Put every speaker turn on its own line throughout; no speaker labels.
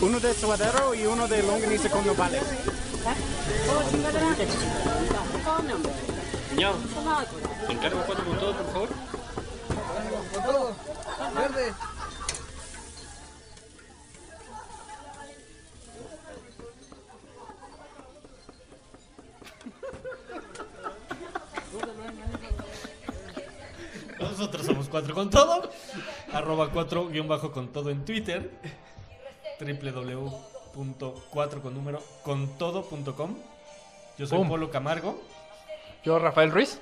Uno de suadero y uno de longaniza con nopales.
Cuñado, te encargo cuatro con todo, por favor.
Con todo. Verde.
Nosotros somos 4 con todo. Arroba 4 guión bajo con todo en Twitter. www.4 con número con todo.com. Yo soy
Boom.
Polo Camargo.
Yo, Rafael Ruiz.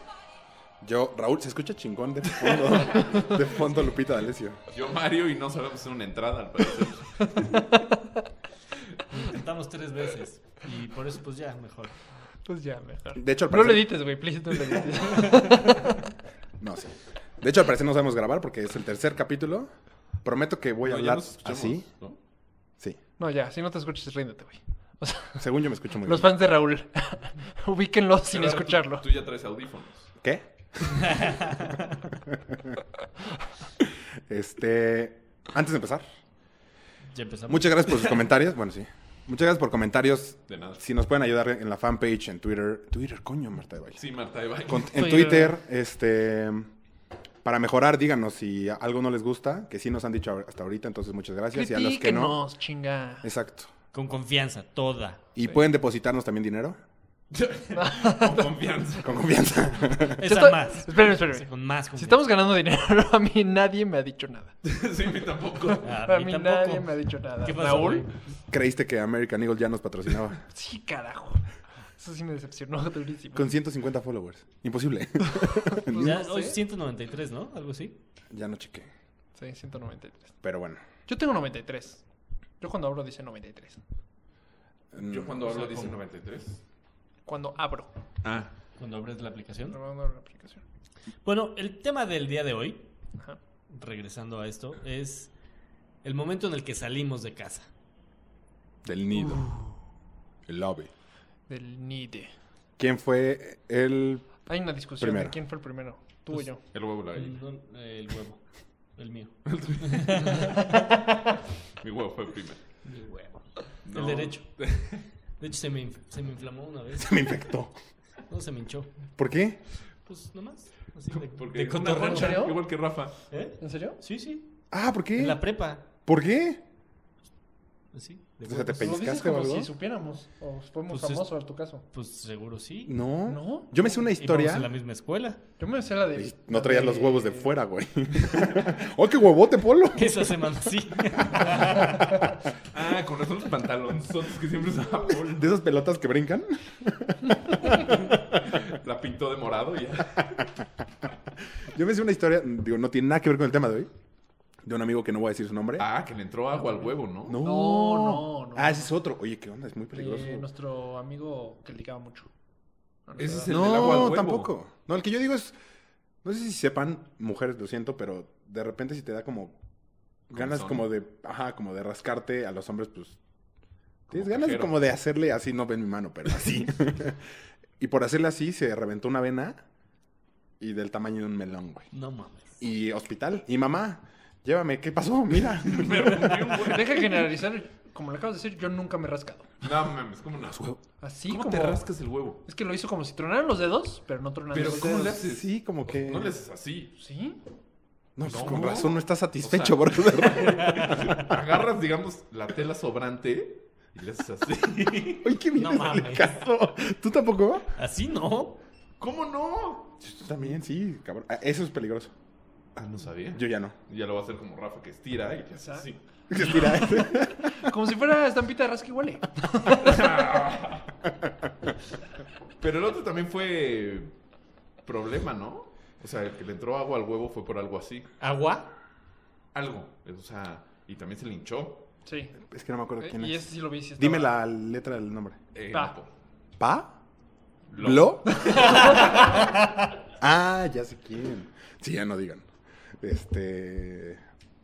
Yo, Raúl, se escucha chingón de fondo. De fondo, Lupita D'Alessio.
Yo, Mario, y no sabemos hacer una entrada, al parecer.
Intentamos tres veces. Y por eso, pues ya, mejor.
Pues ya, mejor.
De hecho, al
No lo
parecer-
edites, güey, please, no lo edites.
No, sí. De hecho, al parecer no sabemos grabar porque es el tercer capítulo. Prometo que voy a
No, ya
hablar
nos escuchamos,
así.
¿no?
Sí.
No, ya, si no te escuchas, ríndete, güey.
Según yo me escucho muy
Los
bien.
fans de Raúl, ubíquenlo sin
Pero,
escucharlo.
Tú, tú ya traes audífonos.
¿Qué? este. Antes de empezar,
Ya empezamos.
muchas gracias por sus comentarios. Bueno, sí. Muchas gracias por comentarios.
De nada.
Si nos pueden ayudar en la fanpage, en Twitter. Twitter, coño, Marta de Valle.
Sí, Marta, ahí va.
Con- en
Twitter.
Twitter, este, para mejorar, díganos si algo no les gusta, que sí nos han dicho ahor- hasta ahorita, entonces muchas gracias. Y a los que no,
Critíquenos, chinga.
exacto.
Con confianza, toda.
Y pueden depositarnos también dinero,
Con confianza.
con confianza.
Esa
está-
más.
espérenme, espérenme.
Sí, Con más
Si
confianza.
estamos ganando dinero, a mí nadie me ha dicho nada.
sí, a mí tampoco.
A
A
mí
mí
tampoco.
nadie me ha dicho nada.
¿Qué pasó,
¿Raúl?
güey?
Creíste que American Eagle ya nos patrocinaba.
Sí, carajo. Eso sí me decepcionó durísimo.
Con 150 followers. Imposible.
Pues
Ya,
no
hoy
sé.
193, ¿no? Algo así.
ya no chequé.
Sí, 193.
Pero bueno.
Yo tengo 93. Yo cuando abro dice 93.
Mm,
Yo cuando hablo
O sea,
dice
con-
93.
Cuando abro.
Ah.
Cuando abres la aplicación.
Cuando abro la aplicación.
Bueno, el tema del día de hoy,
Ajá.
regresando a esto, es el momento en el que salimos de casa.
Del nido. El lobby.
Del NIDE.
¿Quién fue el...?
Hay una discusión
Primero.
de quién fue el primero. Tú o
Pues-
yo.
El huevo, la
El,
gallina.
don- el huevo. El mío.
Mi huevo fue el primero.
Mi huevo.
No.
Mm. El derecho. De hecho, se me, inf- se me inflamó una vez.
Me infectó.
No, se me hinchó.
¿Por qué?
Pues nomás. Así de,
Porque
de
es una
cotorreo.
roncha,
¿Serio?
igual que Rafa.
¿Eh?
¿En serio?
Sí, sí.
Ah, ¿por qué?
En la prepa.
¿Por qué?
Así. de
O sea, te
huevos.
pe-
Lo dices
¿Pellizcaste o
como
algo?
si supiéramos. O fuimos
Pues es-
famosos, en tu caso.
Pues seguro sí.
No.
No.
Yo me sé una
Íbamos
historia.
en la misma escuela.
Yo me sé la de.
Y No traía los huevos de fuera, güey. ¡Oh, qué huevote, Polo!
Esa semana sí.
Ah, con razón los pantalonzotes que siempre usaba Paul.
De esas pelotas que brincan.
La pintó de morado y ya.
Yo me hice una historia, digo, no tiene nada que ver con el tema de hoy. De un amigo que no voy a decir su nombre.
Ah, que le entró agua al huevo, ¿no?
no.
No, no, no.
Ah, ese es otro. Oye, ¿qué onda? Es muy peligroso.
de nuestro amigo que ligaba mucho. No, no
Ese
sé.
es el del agua al
Pues No,
huevo.
tampoco. No, el que yo digo es. No sé si sepan, mujeres, lo siento, pero de repente si te da como ganas
son?
como de. Ajá, como de rascarte a los hombres, pues. Tienes
Como
ganas
cajero.
como de hacerle así, no ven mi mano, pero así. y por hacerle así se reventó una vena y del tamaño de un melón, güey.
No mames.
Y hospital. Y mamá, llévame, ¿qué pasó? Mira.
Me rompió un huevo.
Deja de generalizar. Como le acabas de decir, yo nunca me he rascado.
No mames, ¿cómo no?
Así
¿Cómo
como.
te rascas el huevo?
Es que lo hizo como si tronaran los dedos, pero no tronaran
Pero
los
¿cómo
dedos.
le haces?
Sí, como que.
No le haces así.
¿Sí?
No, pues
No.
con razón no estás satisfecho,
O
brother.
Agarras, digamos, la tela sobrante y le haces así.
Oye, qué bien
No
es el
mames.
caso. ¿Tú tampoco?
Así no.
¿Cómo no?
Tú también, sí, cabrón. Ah, Eso es peligroso.
Ah, no sabía.
Yo ya no.
Ya lo va a hacer como Rafa, que estira y le hace
Exacto.
así.
Mira,
Como si fuera estampita de rasca y huele.
Pero el otro también fue problema, ¿no? O sea, el que le entró agua al huevo fue por algo así.
Agua.
Algo. O sea, y también se le hinchó.
Sí.
es que no me acuerdo
Eh,
quién
y
es.
ese sí lo vi. sí estaba-
Dime la letra del nombre.
Eh,
Ah.
Pa.
po-
¿Pa?
lo-
¿Lo? ah, ya sé quién. Sí, ya no digan. Este.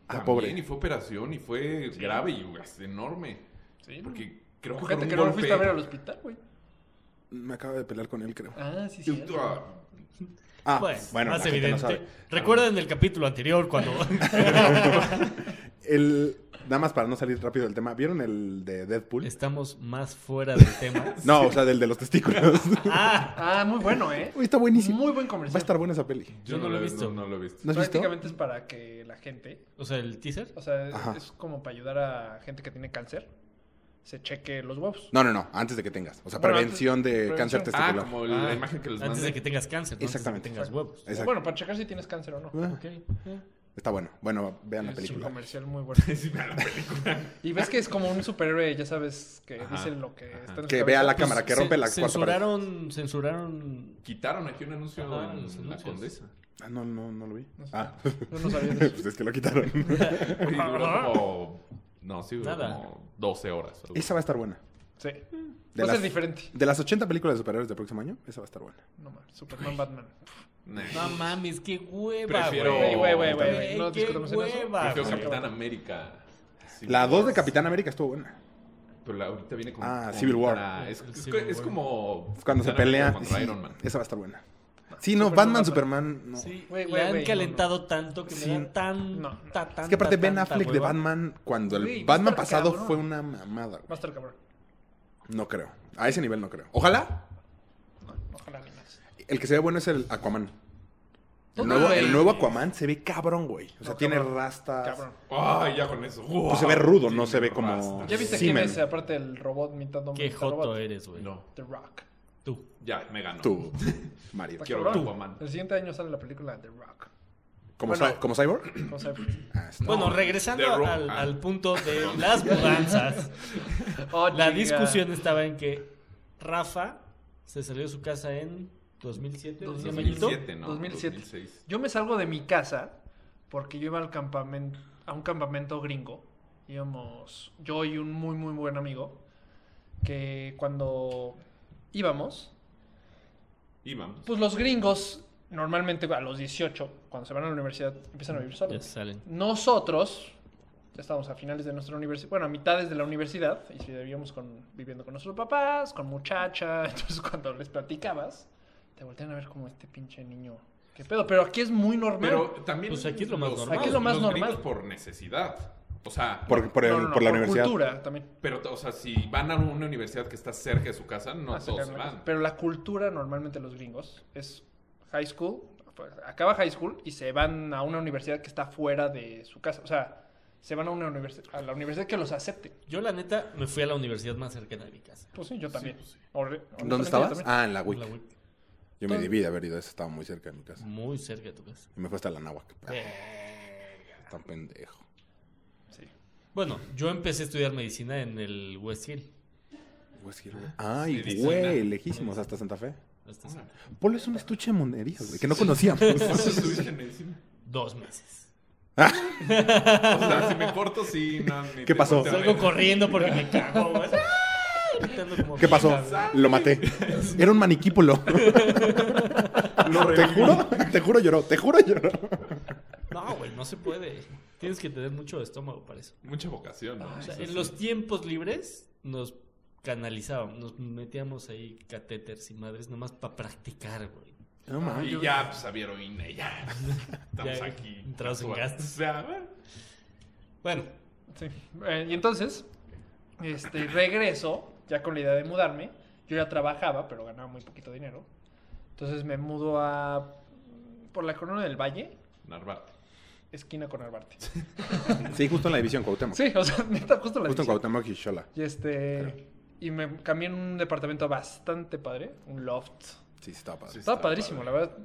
Ah,
también, Y
pobre.
fue operación y fue grave y es enorme.
Sí.
Porque creo que
Fíjate
con
que
un
no lo fuiste a ver
golpe-
al hospital, güey.
Me acabo de pelear con él, creo.
Ah, sí, sí.
Y tú, ah,
Ah,
Pues,
bueno,
más
la gente
evidente.
no sabe.
Recuerden el capítulo anterior cuando.
el, nada más para no salir rápido del tema, ¿vieron el de Deadpool?
Este,
Estamos más fuera del tema.
No, o sea, del de los testículos.
Ah,
Ah, muy bueno, ¿eh?
Uy, está buenísimo.
Muy buen
Va
comercial.
a estar buena esa peli.
yo no lo he visto.
No, lo he visto. Ah,
¿No has visto?
Prácticamente es para que la gente,
O sea, el teaser.
o sea,
Ajá.
es como para ayudar a gente que tiene cáncer, se cheque los huevos.
No, no, no. Antes de que tengas. O sea,
Bueno,
prevención de
antes-
cáncer
Ah,
testicular.
como la
Ah,
imagen que les
Antes
mandé.
de que tengas cáncer, ¿no?
Exactamente.
Antes de que tengas huevos.
Exacto.
Bueno, para checar si tienes cáncer o no.
Ah,
Ok.
Está bueno. Bueno, vean la
Es un
película.
comercial muy bueno.
Sí, vean la película.
Y ves que es como un superhéroe, ya sabes, que
Ajá.
dice lo que está en su
Que
cabeza.
vea la
Pues,
cámara, que
Se-
rompe la cuarta pared.
Censuraron, censuraron.
Quitaron aquí un anuncio
Ajá,
en
los
la
anuncios.
condesa.
Ah, no, no, no lo vi.
No sé.
Ah,
Yo no sabía de eso.
pues es que lo quitaron.
Y duró como. No, sí, duró
Nada.
como 12 horas. algo.
esa va a estar buena.
Sí.
De
Va a
las-
ser diferente.
De las 80 películas de superhéroes del próximo año, esa va a estar buena.
No mames, Superman, Batman.
Nah.
No mames, qué hueva.
Prefiero-
güey.
Güey, güey, güey,
Güey,
güey. No
qué
discutamos en eso.
hueva,
Prefiero
güey.
Capitán América. Sí,
La 2 de
es-
Capitán América estuvo buena.
Pero la, ahorita viene como.
Ah,
contra-
Civil War.
Es,
El
es-
Civil
es
War.
como.
Es Cuando se
Capitán América
pelean.
Contra
sí,
Iron Man.
Esa va a estar buena. Sí, no, Batman, Superman, no.
Sí,
Güey,
la
güey,
han
güey,
calentado tanto que
Sí.
me dan tan.
No.
ta-
Es que aparte
tanta,
Ben
tanta
Affleck de
hueva.
Batman, cuando el
Güey, va a
Batman
estar
pasado
cabrón.
fue una mamada,
Va a
güey.
estar cabrón.
No creo. A ese nivel no creo. Ojalá.
No, ojalá ganas.
El que se ve bueno es el Aquaman. El
No
nuevo, el
mames.
nuevo Aquaman se ve cabrón, güey. O sea,
No,
tiene
cabrón.
rastas.
Cabrón.
Ay, ya con eso.
Pues se ve rudo, no se ve
me
como-
arrastra.
¿Ya viste
Sí,
quién
men.
es, aparte del robot mitad hombre?
Qué
mitad robot?
joto eres, güey.
No,
The Rock.
Tú.
ya, me ganó.
Tú, Mario.
Está
Quiero ver
cabrón.
Aquaman.
El siguiente año sale la película The Rock.
¿Como, cy- como Cyborg?
¿Cómo se
Ah, está-
Bueno,
The
regresando
Rock.
al,
Ah.
al punto de las mudanzas.
Oh,
La
chinga.
discusión estaba en que Rafa se salió de su casa en 2007. 2007.
2007, ¿no?
2007.
2006.
Yo me salgo de mi casa porque yo iba al campamento, a un campamento gringo. Íbamos yo y un muy, muy buen amigo. Que cuando íbamos,
Y vamos.
pues los gringos normalmente a los 18, cuando se van a la universidad, empiezan a vivir solos.
Ya se salen.
Nosotros, ya estábamos a finales de nuestra universidad, bueno, a mitades de la universidad, y si vivíamos con, viviendo con nuestros papás, con muchacha, entonces cuando les platicabas, te voltean a ver como este pinche niño. ¿Qué pedo? Pero aquí es muy normal.
Pero también.
Pues aquí es lo más
los-
normal.
Aquí es lo más
los gringos
normal.
Por necesidad. O sea,
Por, por el-
No, no, no,
por la universidad.
cultura también.
pero, o sea, si van a una universidad que está cerca de su casa, no
Ah, se
todos
quedan
se
en la casa.
van.
Pero la cultura normalmente los gringos es high school, pues, acaba high school y se van a una universidad que está fuera de su casa. O sea, se van a una universidad, a la universidad que los acepte.
Yo, la neta, me fui a la universidad más cercana de mi casa.
Pues sí, yo también. Horri-
¿Dónde
honestamente, yo
estabas?
también.
Ah, en la
En
WIC.
la Wic,
Yo me debí de haber ido, esa estaba muy cerca de mi casa.
Muy cerca de tu casa.
Y me fue hasta la náhuac. Ah,
Verga.
Tan pendejo. Ah.
Sí.
Bueno, yo empecé a estudiar medicina en el West Hill.
West Hill, güey. Ay,
Ah,
Medicina.
güey, lejísimos hasta Santa Fe.
Hasta hace
Polo es un estuche de monerías, güey, que no conocíamos.
¿Cuánto estuviste en medicina?
dos meses.
O sea, si me corto, sí. No, ni
¿Qué
te
pasó?
volteo a ver.
Salgo corriendo porque me cago, güey. ¡Ah! Gritando como
¿Qué pasó?
mierda, güey.
Lo maté. Era un maniquí, Polo. Te juro, te juro lloró, te juro lloró.
No, güey, no se puede. Tienes que tener mucho estómago para eso.
Mucha vocación, ¿no?
O
O
sea,
sea,
en los tiempos libres nos canalizábamos, nos metíamos ahí catéteres y madres nomás para practicar, güey.
No mames.
Y ya, pues había heroína, y ya. Estamos
Ya,
aquí.
entrados en
O
gastos.
sea, bueno.
Bueno,
Sí. Eh, y entonces, este, regreso, ya con la idea de mudarme. Yo ya trabajaba, pero ganaba muy poquito dinero. Entonces me mudo a. por la Corona del Valle,
Narvarte.
esquina con Arbarte.
Sí, justo en la división Cuauhtémoc.
Sí, o sea, neta, justo la
Justo en
decía.
Cuauhtémoc y Xola.
Y este. Y me cambié en un departamento bastante padre, un loft.
Sí, sí, estaba padre.
Sí.
Estaba
Está
padrísimo,
padre.
la verdad.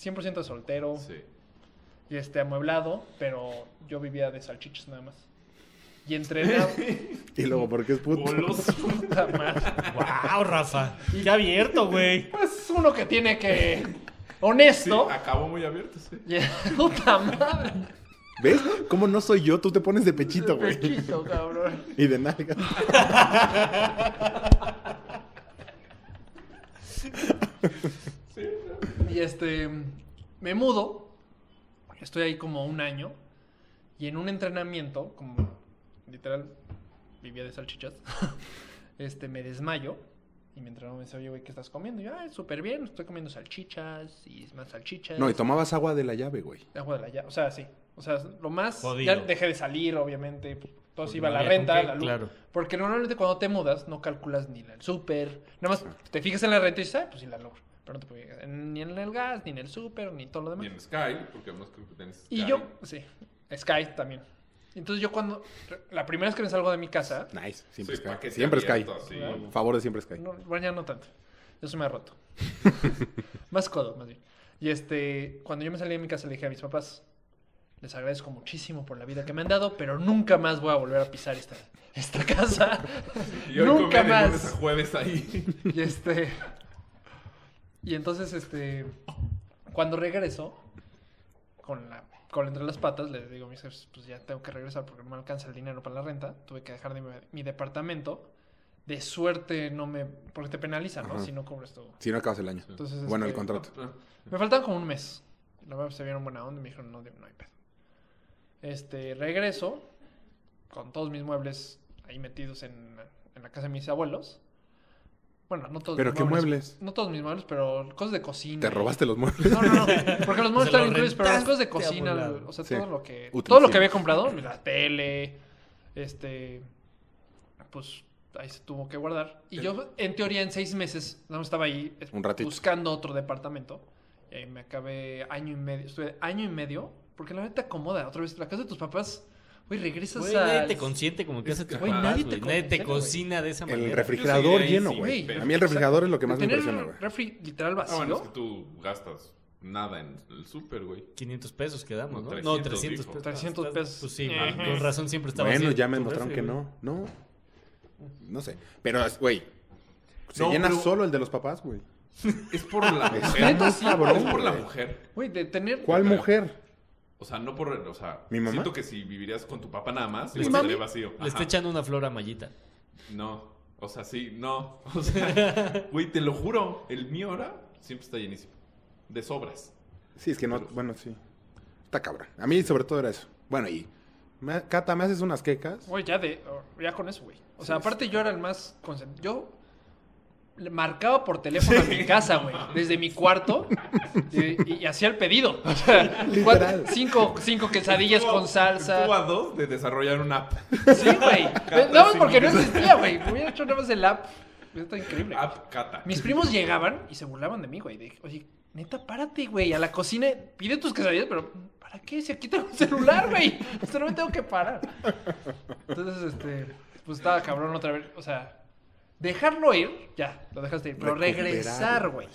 100% soltero
Sí.
y este amueblado, pero yo vivía de salchichas nada más. Y entrenaba.
Y luego, ¿por qué es puto?
Goloso.
puta madre.
wow, Rafa. Qué abierto, güey.
Pues uno que tiene que.
Sí,
Honesto.
acabó muy abierto, sí.
Y- Puta madre.
¿Ves? ¿Cómo no soy yo? Tú te pones de pechito, güey.
Pechito, cabrón.
Y de nalga.
Y este, me mudo, estoy ahí como un año, y en un entrenamiento, como literal vivía de salchichas, este, me desmayo. Y mi entrenador me dice, oye, güey, ¿qué estás comiendo? Y yo, ah, súper bien, estoy comiendo salchichas y más salchichas.
No, y tomabas agua de la llave, güey.
Agua de la llave, o sea, sí. O O sea, lo más...
Jodido.
Ya dejé de salir, obviamente. Todo se
Porque
iba a
no
la
había con
renta,
qué,
la luz.
claro.
Porque normalmente cuando te mudas no calculas ni la- el súper. Nada más te fijas en la renta y dices, ah, pues sí la logro. Pero no te puede llegar ni en el gas, ni en el súper, ni todo lo demás.
Y en Sky, porque además creo que tenés Sky.
Y yo, sí, Sky también. Entonces yo cuando, la primera vez que me salgo de mi casa,
Nice.
Sí,
Siempre Sky.
paquete
Siempre
abierto,
Sky.
sí.
Favor de siempre Sky.
no, bueno, ya no tanto, yo se me ha roto. más codo, más bien. Y este, cuando yo me salí de mi casa le dije a mis papás, les agradezco muchísimo por la vida que me han dado, pero nunca más voy a volver a pisar esta, esta casa.
Y hoy
nunca
comía de lunes a
más.
jueves ahí.
Y este, y entonces este, cuando regreso, con la con entre las patas, les digo a mis jefes, pues ya tengo que regresar porque no me alcanza el dinero para la renta, tuve que dejar de mi, mi departamento, de suerte no me, porque te penalizan, ¿no?
Ajá.
Si no cobres todo.
Si no acabas el año.
Entonces,
bueno, el
este,
Ah,
contrato.
Me faltan como un mes. La verdad se vieron buena onda y me dijeron, no, no hay pedo. Este, regreso con todos mis muebles ahí metidos en, en la casa de mis abuelos. Bueno, no todos
¿Pero
mis
qué muebles?
No todos mis muebles, pero cosas de cocina.
Te robaste los muebles.
No, no, no. Porque los muebles
Se lo
están incluidos, pero las cosas de
rentaste a
cocina,
volado.
o sea,
Sí.
todo lo que. Todo lo
Utensilios.
que había comprado, la tele, este. Pues ahí se tuvo que guardar. Y yo, en teoría, en seis meses, no estaba ahí es-
Un ratito.
buscando otro departamento. Y ahí me acabé año y medio. Estuve año y medio, porque la neta te acomoda. Otra vez, la casa de tus papás, güey, regresas
Güey,
a.
nadie te consiente como que hace tu
Güey,
papá,
nadie
nadie,
te
te, nadie te
consiente, güey.
cocina de esa manera.
El refrigerador
ahí
lleno,
sin
güey.
pedo.
A mí el refrigerador es lo que más me
Tener
impresiona, güey.
refri literal vacío.
Ah, bueno, es que tú gastas nada en el súper, güey.
500 pesos quedamos, ¿no?
No,
No,
300
300
dijo.
pesos.
300
Estás-
pesos.
Pues sí,
Ajá.
con razón siempre estaba
Bueno,
así
ya me
tu
mostraron
refri,
que
güey.
pues, no. No. No sé. Pero, güey. Se
No,
llena
pero-
solo el de los papás, güey.
Es por la mujer.
Neta, sí, cabrón,
es por la
güey.
mujer.
Güey, de tener.
¿Cuál
creo.
mujer?
O sea, no por. O sea,
¿Mi mamá?
siento que si vivirías con tu papá nada más,
¿Mi
igual
mami?
estaría vacío.
Le está
Ajá.
echando una flor a Mayita.
No. O sea, sí, no. O sea, güey, te lo juro. El mío ahora siempre está llenísimo. De sobras.
Sí, es que no. Bueno, sí. Está cabrón. A mí, sobre todo, era eso. Bueno, y. me- Cata, ¿me haces unas quecas?
Güey, ya de. oh, Ya con eso, güey. O sea, aparte yo era el más. concent- Yo le marcaba por teléfono a mi casa, güey. Desde mi cuarto. Y, y hacía el pedido. O sea,
Literal.
cuatro- cinco, cinco quesadillas
Estuvo-
con salsa.
Estuvo a dos de desarrollar una app.
Sí, güey. Nada más porque no existía, güey. Me Hubiera hecho nada más el app. Está increíble.
App Cata.
Mis primos llegaban y se burlaban de mí, güey. Dije, oye, neta, párate, güey, a la cocina, pide tus quesadillas, pero ¿para qué? Si aquí tengo un celular, güey. O sea, no me tengo que parar. Entonces, este, pues estaba cabrón otra vez. O sea, dejarlo ir, ya, lo dejaste ir. Pero
Recuperar.
regresar, güey.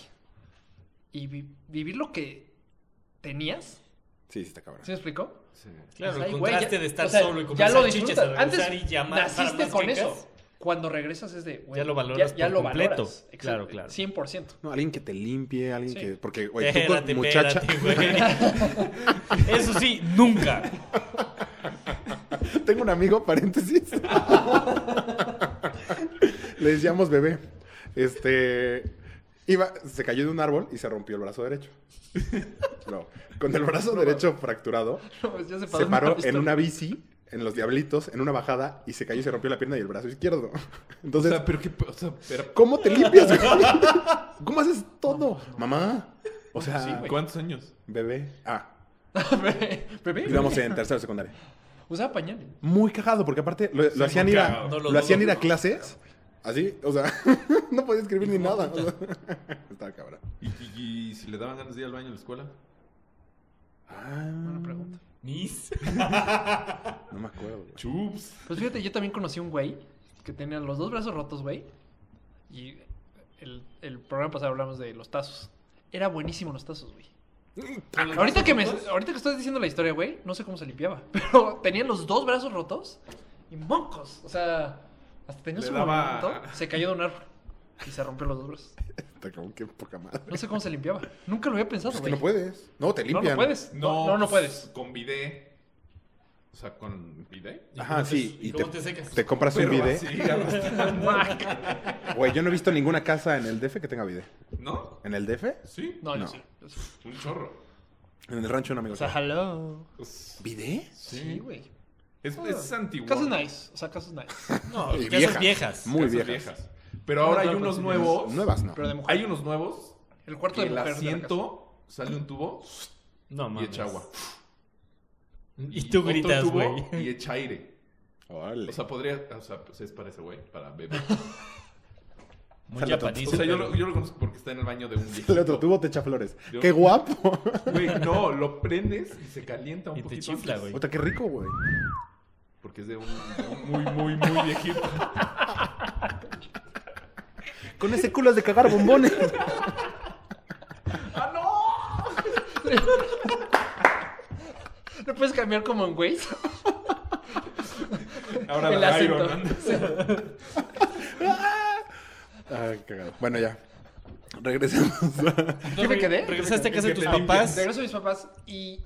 Y vi- vivir lo que tenías.
Sí, sí, está cabrón.
¿Sí me explicó?
Sí.
Claro,
Ay,
el
güey,
contraste
ya-
de estar
o sea,
solo y comer
ya lo
salchichas
disfrutas.
a regresar
Antes
y llamar para
naciste
más
con
quecas.
eso. Cuando regresas es de, güey,
Ya lo valoras por completo.
Exacto,
Claro, claro.
100%.
No, alguien que te limpie, alguien
Sí.
que. Porque, güey, tú con
Espérate,
muchacha.
espérate, güey. Eso sí, nunca.
Tengo un amigo, paréntesis. Le decíamos bebé. Este. Iba, se cayó de un árbol y se rompió el brazo derecho. No. Con el brazo derecho fracturado,
pues, Ya sé para
se
dónde va
paró
la
en
historia.
una bici, en los diablitos, en una bajada, y se cayó y se rompió la pierna y el brazo izquierdo.
O
Entonces,
sea, pero qué. O sea, pero-
¿cómo te limpias? güey? ¿Cómo haces todo? Mamá. O sea,
Sí, güey.
¿Cuántos años?
bebé. Ah,
Bebé, bebé.
íbamos en tercero de secundaria.
Usaba pañales.
Muy cagado, porque aparte lo, lo hacían,
muy
ir a,
cagado.
No
lo
lo
hacían
dudo.
ir a clases. Así, o sea, no podía escribir ni nada. o sea, estaba cabrón.
¿Y, y- y si le daban ganas de ir al baño en la escuela?
Buena pregunta.
Mis.
Ah, No me acuerdo. güey.
Chups.
Pues fíjate, yo también conocí un güey que tenía los dos brazos rotos, güey. Y el, el programa pasado hablamos de los tazos. Era buenísimo los tazos, güey. Ahorita que, me, ahorita que estás diciendo la historia, güey, no sé cómo se limpiaba. Pero tenía los dos brazos rotos y mocos. O sea, hasta tenía
Le
su
daba-
movimiento, se cayó de un árbol y se rompió los dos brazos.
Está cabrón, qué poca madre. Pues
No sé cómo se limpiaba. Nunca lo había pensado,
Es que
güey.
no puedes. No, te
no, no
limpian.
puedes. No, no, no
pues,
puedes.
Con bidé. O sea, con Ah, bidé.
Ajá, sí.
¿Y
Y
cómo
te,
te secas?
te compras un
Pero
bidé.
así, arrastrando.
Güey, yo no he visto ninguna casa en el DF que tenga bidé.
¿No?
¿En el DF?
Sí.
No, yo
No.
sí. Yo sí.
Un chorro.
En el rancho de un amigo.
O sea, hello.
Es,
¿Bidé?
Sí, güey.
es, es
Ah.
antiguo.
Casas nice, o sea, casas nice.
No,
Y
casas
viejas.
viejas.
Muy
Casas
viejas.
viejas. Pero ahora hay unos nuevos.
Nuevas no.
Pero de mujer.
Hay unos nuevos.
El cuarto
Que
de
el
mujer. de la
asiento sale un tubo
No,
y
mames.
echa agua.
Y tú
otro
gritas,
tubo
güey.
Y echa aire.
Órale.
O sea, podría. O sea, pues es para ese güey, para beber.
Muy
Sale otro
O
japanizo,
sea, yo
pero-
lo, yo lo conozco porque está en el baño de un viejito.
El otro tubo te echa flores.
Yo-
¡Qué guapo!
Güey, no, lo prendes y se calienta un
Y te
poquito.
chifla,
antes,
güey.
Puta, qué rico, güey.
Porque es de un, de un muy, muy, muy viejito.
Con ese culo es de cagar bombones.
¡Ah, ¿No puedes cambiar como en Waze?
Ahora
El
la
acento.
Iron.
Ay, Ah, cagado. Bueno, ya. Regresemos.
¿Qué me quedé?
Regresaste a casa de
Que
tus
te limpien.
papás.
Regreso a mis papás y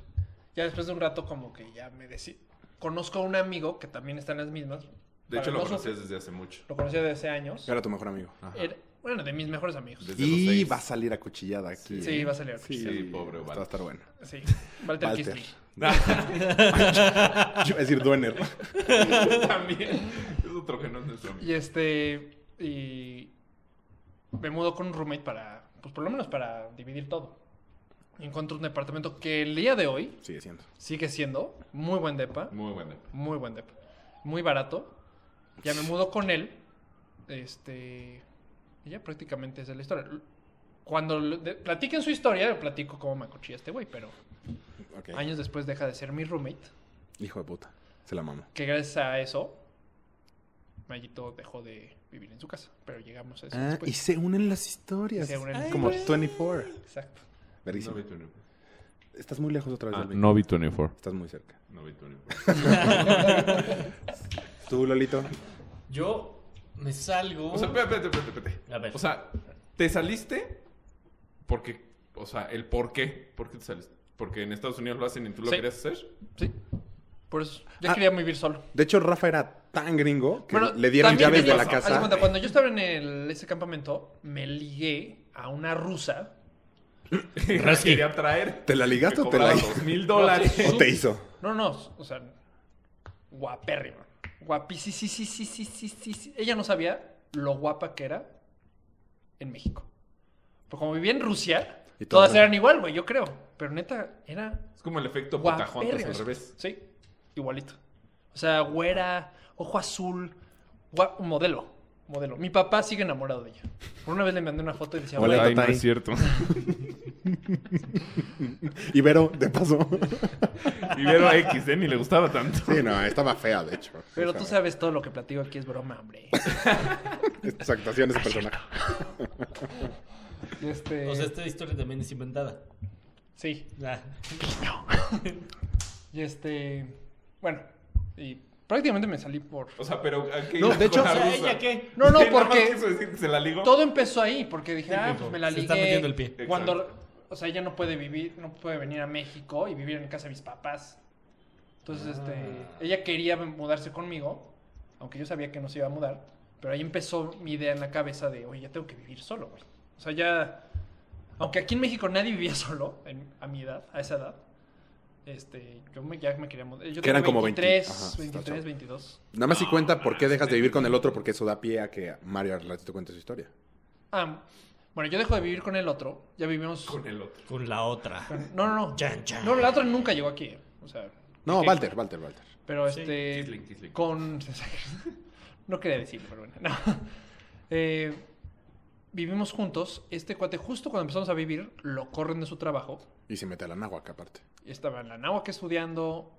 ya después de un rato como que ya me decí. Conozco a un amigo que también está en las mismas.
De
Para
hecho, lo
no
conocías
sufrir-
desde hace mucho.
Lo conocía desde hace años.
Era tu mejor amigo.
Ajá.
Era- bueno, de mis mejores amigos.
Desde los
Y
seis.
va a salir acuchillada aquí.
Sí, va a salir.
Sí,
Sí, pobre
esto va a
Walter.
estar bueno.
Sí. Walter
Walter.
Kistling.
Yo iba a decir Duener.
También. Es otro que no es nuestro amigo.
Y este. Y. Me mudo con un roommate para. Pues por lo menos para dividir todo. Y Encuentro un departamento que el día de hoy
Sigue siendo.
sigue siendo muy buen depa.
Muy bueno.
Muy buen depa. Muy barato. Ya me mudo con él. Este. Y ya prácticamente esa es la historia. Cuando le- de- platiquen su historia, platico cómo me acuchilla este güey, pero
Ok.
años después deja de ser mi roommate.
Hijo de puta. Se la mamo.
Que gracias a eso, Mayito dejó de vivir en su casa. Pero llegamos a eso
Ah,
después.
y se unen las historias.
Se unen. Ay,
Como
güey.
24.
Exacto.
Verísimo.
vi tu uniforme.
Estás muy lejos otra vez
Ah,
del
no vi tu uniforme.
Estás muy cerca.
No vi tu uniforme.
Tú, Lolito.
Yo me salgo.
O sea, espérate, espérate, espérate, espérate.
A ver.
O sea, te saliste porque. O sea, el por qué. ¿Por qué te saliste? Porque en Estados Unidos lo hacen y tú lo
Sí.
querías hacer.
Sí. Por eso. Ya
Ah.
quería vivir solo.
De hecho, Rafa era tan gringo que
Bueno,
le dieron
también
llaves
me
de la
pasó. Haz de cuenta,
casa.
cuando yo estaba en el- ese campamento, me ligué a una rusa.
La quería traer.
¿Te la ligaste o te la hizo?
dos mil dólares.
¿O te hizo?
No, no, o sea, guapérrima. Guapi, sí, sí, sí, sí, sí, sí, sí, sí. Ella no sabía lo guapa que era en México. Pero como vivía en Rusia,
Y todas
todas
eran-
eran igual, güey, yo creo. Pero neta, era
Es como el efecto Pocahontas
Guapérrimo.
al revés.
Sí, igualito. O sea, güera, ojo azul, gua- modelo, modelo. Mi papá sigue enamorado de ella. Por una vez le mandé una foto y decía,
Hola,
"Güey,
Ay, no es
cierto.
Ibero, de paso.
Ibero X, ¿eh? Ni le gustaba tanto.
Sí, no, estaba fea, de hecho.
pero
O
tú
sea,
sabes todo lo que platico aquí es broma, hombre.
Sus actuaciones de personaje.
Este,
O sea, esta historia también es inventada.
sí.
Ah,
Y este, bueno, y prácticamente me salí por...
O sea, pero ¿a qué
No,
iba
de hecho-
con la
o sea,
rusa?
¿ella qué?
No, no,
Nada más
porque-
quiso decir que se la ligó.
Todo empezó ahí, porque dije, ah,
dijo,
pues me la
se
ligué.
está metiendo el pie.
Cuando, o sea, ella no puede vivir, no puede venir a México y vivir en casa de mis papás.
Ah.
Entonces, este, ella quería mudarse conmigo, aunque yo sabía que no se iba a mudar, pero ahí empezó mi idea en la cabeza de, oye, ya tengo que vivir solo, güey. O sea, ya, aunque aquí en México nadie vivía solo, en- a mi edad, a esa edad, este, yo me, ya me quería mudar. Yo
Que eran
tenía
como
23,
20, ajá, está
23,
chavo.
22.
Nada más si cuenta por qué dejas de vivir con el otro, porque eso da pie a que Mario al ratito cuente su historia.
Ah, bueno, yo dejo de vivir con el otro, ya vivimos...
Con el otro.
Con la otra.
No, no, no.
Chan, chan.
No, la otra nunca llegó aquí. eh. O sea,
No,
Ok.
Walter, Walter, Walter.
pero
Sí.
este.
Kisling, Kisling.
Con. no quería decirlo, pero bueno. no. Eh, vivimos juntos. Este cuate, justo cuando empezamos a vivir, lo corren de su trabajo.
Y se mete a la náhuaca aparte.
Estaba en la náhuatl estudiando.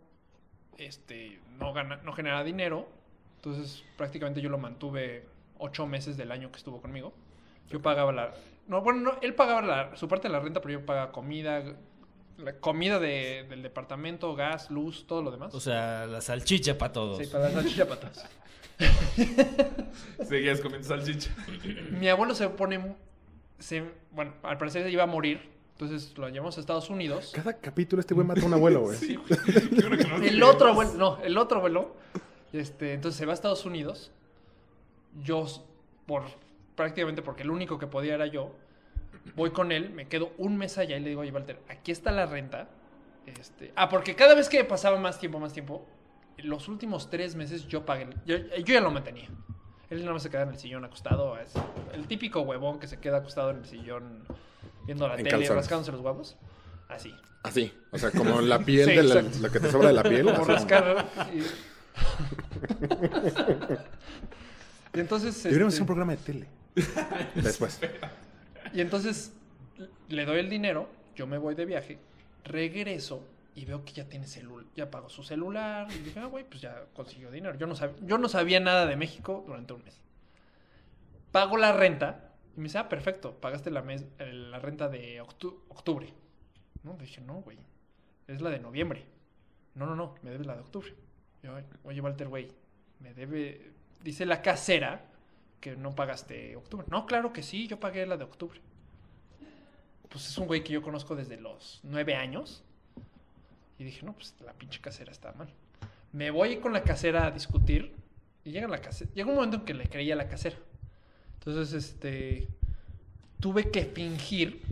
Este. No, gana, no generaba dinero. Entonces, prácticamente yo lo mantuve ocho meses del año que estuvo conmigo. Yo pagaba la. No, bueno, no, él pagaba la- su parte de la renta, pero yo pagaba comida, la comida de- del departamento, gas, luz, todo lo demás.
O sea, la salchicha para todos.
Sí, para las salchichas patas.
Seguías comiendo salchicha.
Mi abuelo se pone. se- bueno, al parecer iba a morir. Entonces lo llevamos a Estados Unidos.
Cada capítulo este güey mata a un abuelo, güey.
Sí, güey. Yo creo que no
El
lo
otro abuelo, no, el otro abuelo. Este, entonces se va a Estados Unidos. Yo, s- por prácticamente porque el único que podía era yo, voy con él, me quedo un mes allá y le digo, oye, Walter, aquí está la renta. Este, ah, porque cada vez que pasaba más tiempo, más tiempo, los últimos tres meses yo pagué, yo, yo ya lo mantenía. Él no se queda en el sillón acostado, es el típico huevón que se queda acostado en el sillón viendo la
En
tele,
calzones.
rascándose los huevos. Así.
Así. O sea, como la piel,
Sí,
de la,
exacto.
lo que te sobra de la piel.
Como
así.
rascar. Y... y entonces.
Deberíamos
este,
hacer un programa de tele. Después.
Y entonces le doy el dinero, yo me voy de viaje, regreso y veo que ya tiene celular, ya pagó su celular. Y dije, ah, güey, pues ya consiguió dinero. Yo no, sab- yo no sabía nada de México durante un mes. Pago la renta y me dice, ah, perfecto, pagaste la, mes- eh, la renta de octu- octubre. No, dije, no, güey, es la de noviembre. No, no, no, me debes la de octubre. Yo, oye, Walter, güey, me debe, dice la casera que no pagaste octubre. No, claro que sí, yo pagué la de octubre. Pues es un güey que yo conozco desde los nueve años. Y dije, no, pues la pinche casera está mal. Me voy con la casera a discutir. Y llega, la case- llega un momento en que le creía a la casera. Entonces, este. Tuve que fingir.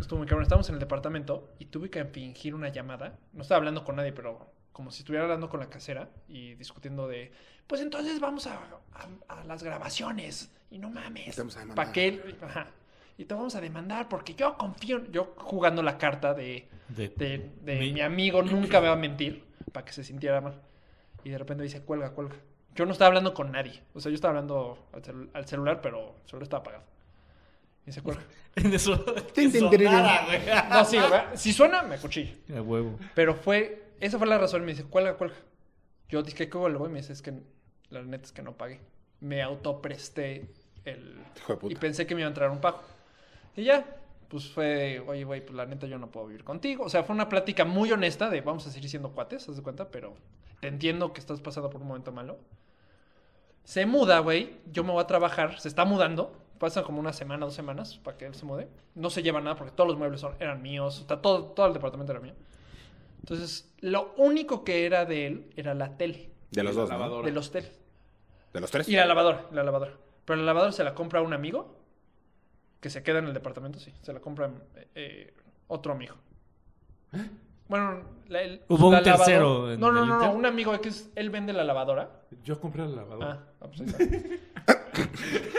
Estuvo muy cabrón. Estábamos en el departamento y tuve que fingir una llamada. No estaba hablando con nadie, pero como si estuviera hablando con la casera y discutiendo de. Pues entonces vamos a, a- a las grabaciones. Y no mames.
Te vamos a demandar.
¿Para qué? Ajá. Y te vamos a demandar porque yo confío. Yo jugando la carta de
De-
de, de
Mi-
mi amigo nunca me va a mentir para que se sintiera mal. Y de repente dice, cuelga, cuelga. Yo no estaba hablando con nadie. O sea, yo estaba hablando al, celu- al celular, pero solo estaba apagado. Y se cuelga.
En eso.
Tin, tin, tin,
Sonara, güey.
No, sí, ¿verdad? si suena, me cuchillo.
A huevo.
Pero fue, esa fue la razón. Me dice, cuelga, cuelga. Yo dije, ¿qué vuelvo? Y me dice, es que la neta es que no pagué. Me autopresté el.
Hijo de puta.
Y pensé que me iba a entrar un pago. Y ya, pues fue, oye, güey, pues la neta yo no puedo vivir contigo. O sea, fue una plática muy honesta de vamos a seguir siendo cuates, ¿haz de cuenta? Pero te entiendo que estás pasando por un momento malo. Se muda, güey. Yo me voy a trabajar. Se está mudando. Pasan como una semana, dos semanas para que él se mude. No se lleva nada porque todos los muebles son- eran míos. Está todo, todo el departamento era mío. Entonces, lo único que era de él era la tele.
De los
La
dos, ¿no?
lavadora.
De los teles.
De los tres.
Y la lavadora, la lavadora. Pero la lavadora se la compra un amigo que se queda en el departamento, sí. Se la compra eh, eh, otro amigo. Bueno, la- el-
Hubo
la
un tercero
lavadora-
en
No, no,
el
no, no,
Inter.
un amigo X, él vende la lavadora.
Yo compré la lavadora.
Ah, ah, pues ahí está.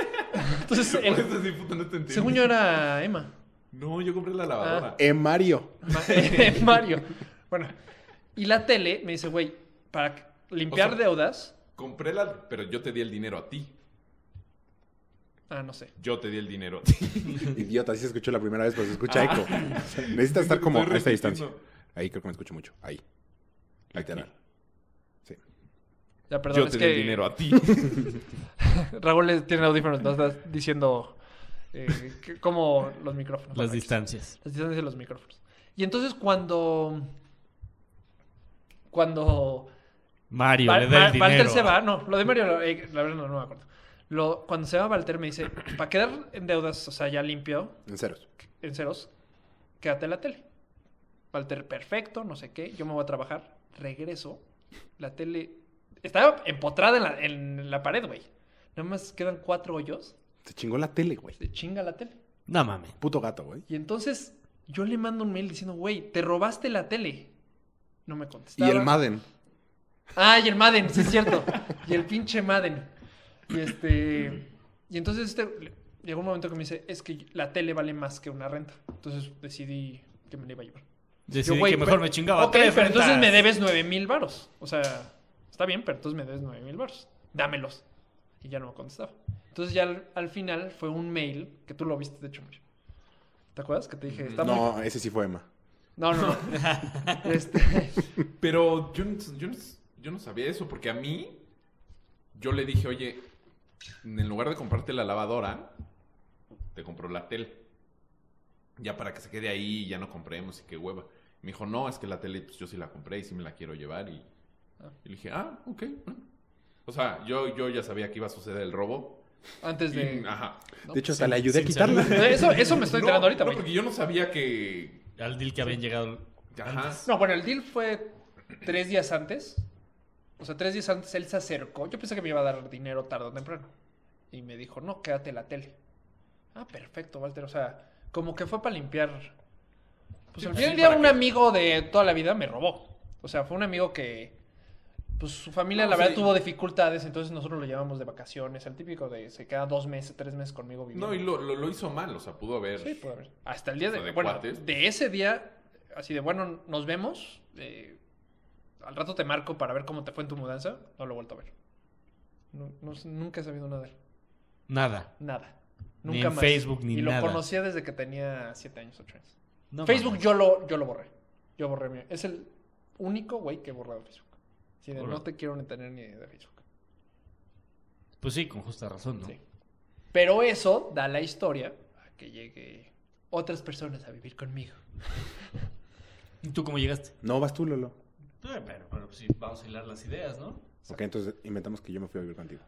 Entonces,
Por
el-
eso sí, Pues, puta, no te entiendo.
según yo era Emma.
No, yo
Ah.
compré la lavadora.
Eh, Mario.
Ma- eh, Mario. Bueno, y la tele me dice, güey, para que- limpiar
O sea-
deudas.
Compré la... Pero yo te di el dinero a ti.
Ah, no sé.
Yo te di el dinero a ti.
Idiota, así se escuchó la primera vez, pero se
Ah.
escucha eco. Necesitas estar como a esta distancia. Ahí creo que me escucho mucho. Ahí. Literal.
Ya, perdón,
Yo
es
te di
que
el dinero a ti.
Raúl tiene audífonos, nos está diciendo eh, que- cómo los micrófonos.
Las
Aquí.
distancias.
Las distancias de los micrófonos. Y entonces cuando... Cuando...
Mario,
Val-
le da el
Val- Walter
dinero.
se va, no, lo de Mario, eh, la verdad no, no me acuerdo. Lo- cuando se va Walter me dice, para quedar en deudas, o sea, ya limpio,
En ceros.
en ceros, quédate en la tele. Walter, perfecto, no sé qué, yo me voy a trabajar, regreso, la tele estaba empotrada en la, en la pared, güey. Nada más quedan cuatro hoyos,
Se chingó la tele, güey.
se chinga la tele.
No mames.
Puto gato, güey.
Y entonces yo le mando un mail diciendo, güey, te robaste la tele. No me
Y
contestaba.
el Madden.
Ah, y el Madden, sí es cierto. y el pinche Madden. Y este. Y entonces este, llegó un momento que me dice, es que la tele vale más que una renta. Entonces decidí que me la iba a llevar.
Decidí
güey,
que mejor
pero-
me chingaba.
Ok,
tres
pero entonces
rentas.
me debes nueve mil varos. O sea, está bien, pero entonces me debes nueve mil varos. Dámelos. Y ya no me contestaba. Entonces ya al, al final fue un mail que tú lo viste, de hecho, Mario. ¿Te acuerdas? Que te dije, está muy
No, ese sí fue Emma.
No, no, no. Este,
Pero yo, no- yo, no- yo no sabía eso, porque a mí, yo le dije, oye, en lugar de comprarte la lavadora, te compró la tele. Ya para que se quede ahí, ya no compremos y qué hueva. Me dijo, no, es que la tele, pues yo sí la compré y sí me la quiero llevar. Y, y le dije, ah, ok, bueno. O sea, yo, yo ya sabía que iba a suceder el robo.
antes
Y- ah.
de.
ajá.
De hecho, hasta le ayudé a
pues sin
quitarla.
Eso, eso me estoy
No,
enterando ahorita,
no,
güey. No,
porque yo no sabía que...
Al deal que habían llegado.
Ajá.
bueno, el deal fue tres días antes. O sea, tres días antes él se acercó. Yo pensé que me iba a dar dinero tarde o temprano. Y me dijo, no, quédate la tele. Ah, perfecto, Walter. O sea, como que fue para limpiar. Pues al final del día un amigo de toda la vida me robó. O sea, fue un amigo que. Pues su familia,
No,
la
sí.
verdad, tuvo dificultades. Entonces nosotros lo llevamos de vacaciones. El típico de se queda dos meses, tres meses conmigo viviendo.
pues.
No, y lo, lo- lo hizo mal, o sea, pudo haber...
Sí, puede haber. Hasta el día de,
Fue de
bueno,
cuates.
de ese día así de, bueno, nos vemos. eh, al rato te marco para ver cómo te fue en tu mudanza. No lo he vuelto a ver. No- no sé, nunca he sabido nada de él.
Nada.
Nada.
Ni
Nunca
en
más.
Facebook, ni
y
nada.
lo conocía desde que tenía 7 años, 8 años.
No
Facebook
mames.
yo lo, yo lo borré. Yo borré mi... Es el único güey que he borrado de Facebook. Sí, de,
Órale.
no te quiero ni tener ni de Facebook.
Pues sí, con justa razón, ¿no?
Sí. Pero eso da la historia a que llegue otras personas a vivir conmigo.
¿Y tú cómo llegaste? Ah,
No, vas tú, Lolo.
Pero, pero sí, vamos a hilar las ideas, ¿no?
Ok, entonces inventamos que yo me fui a vivir contigo.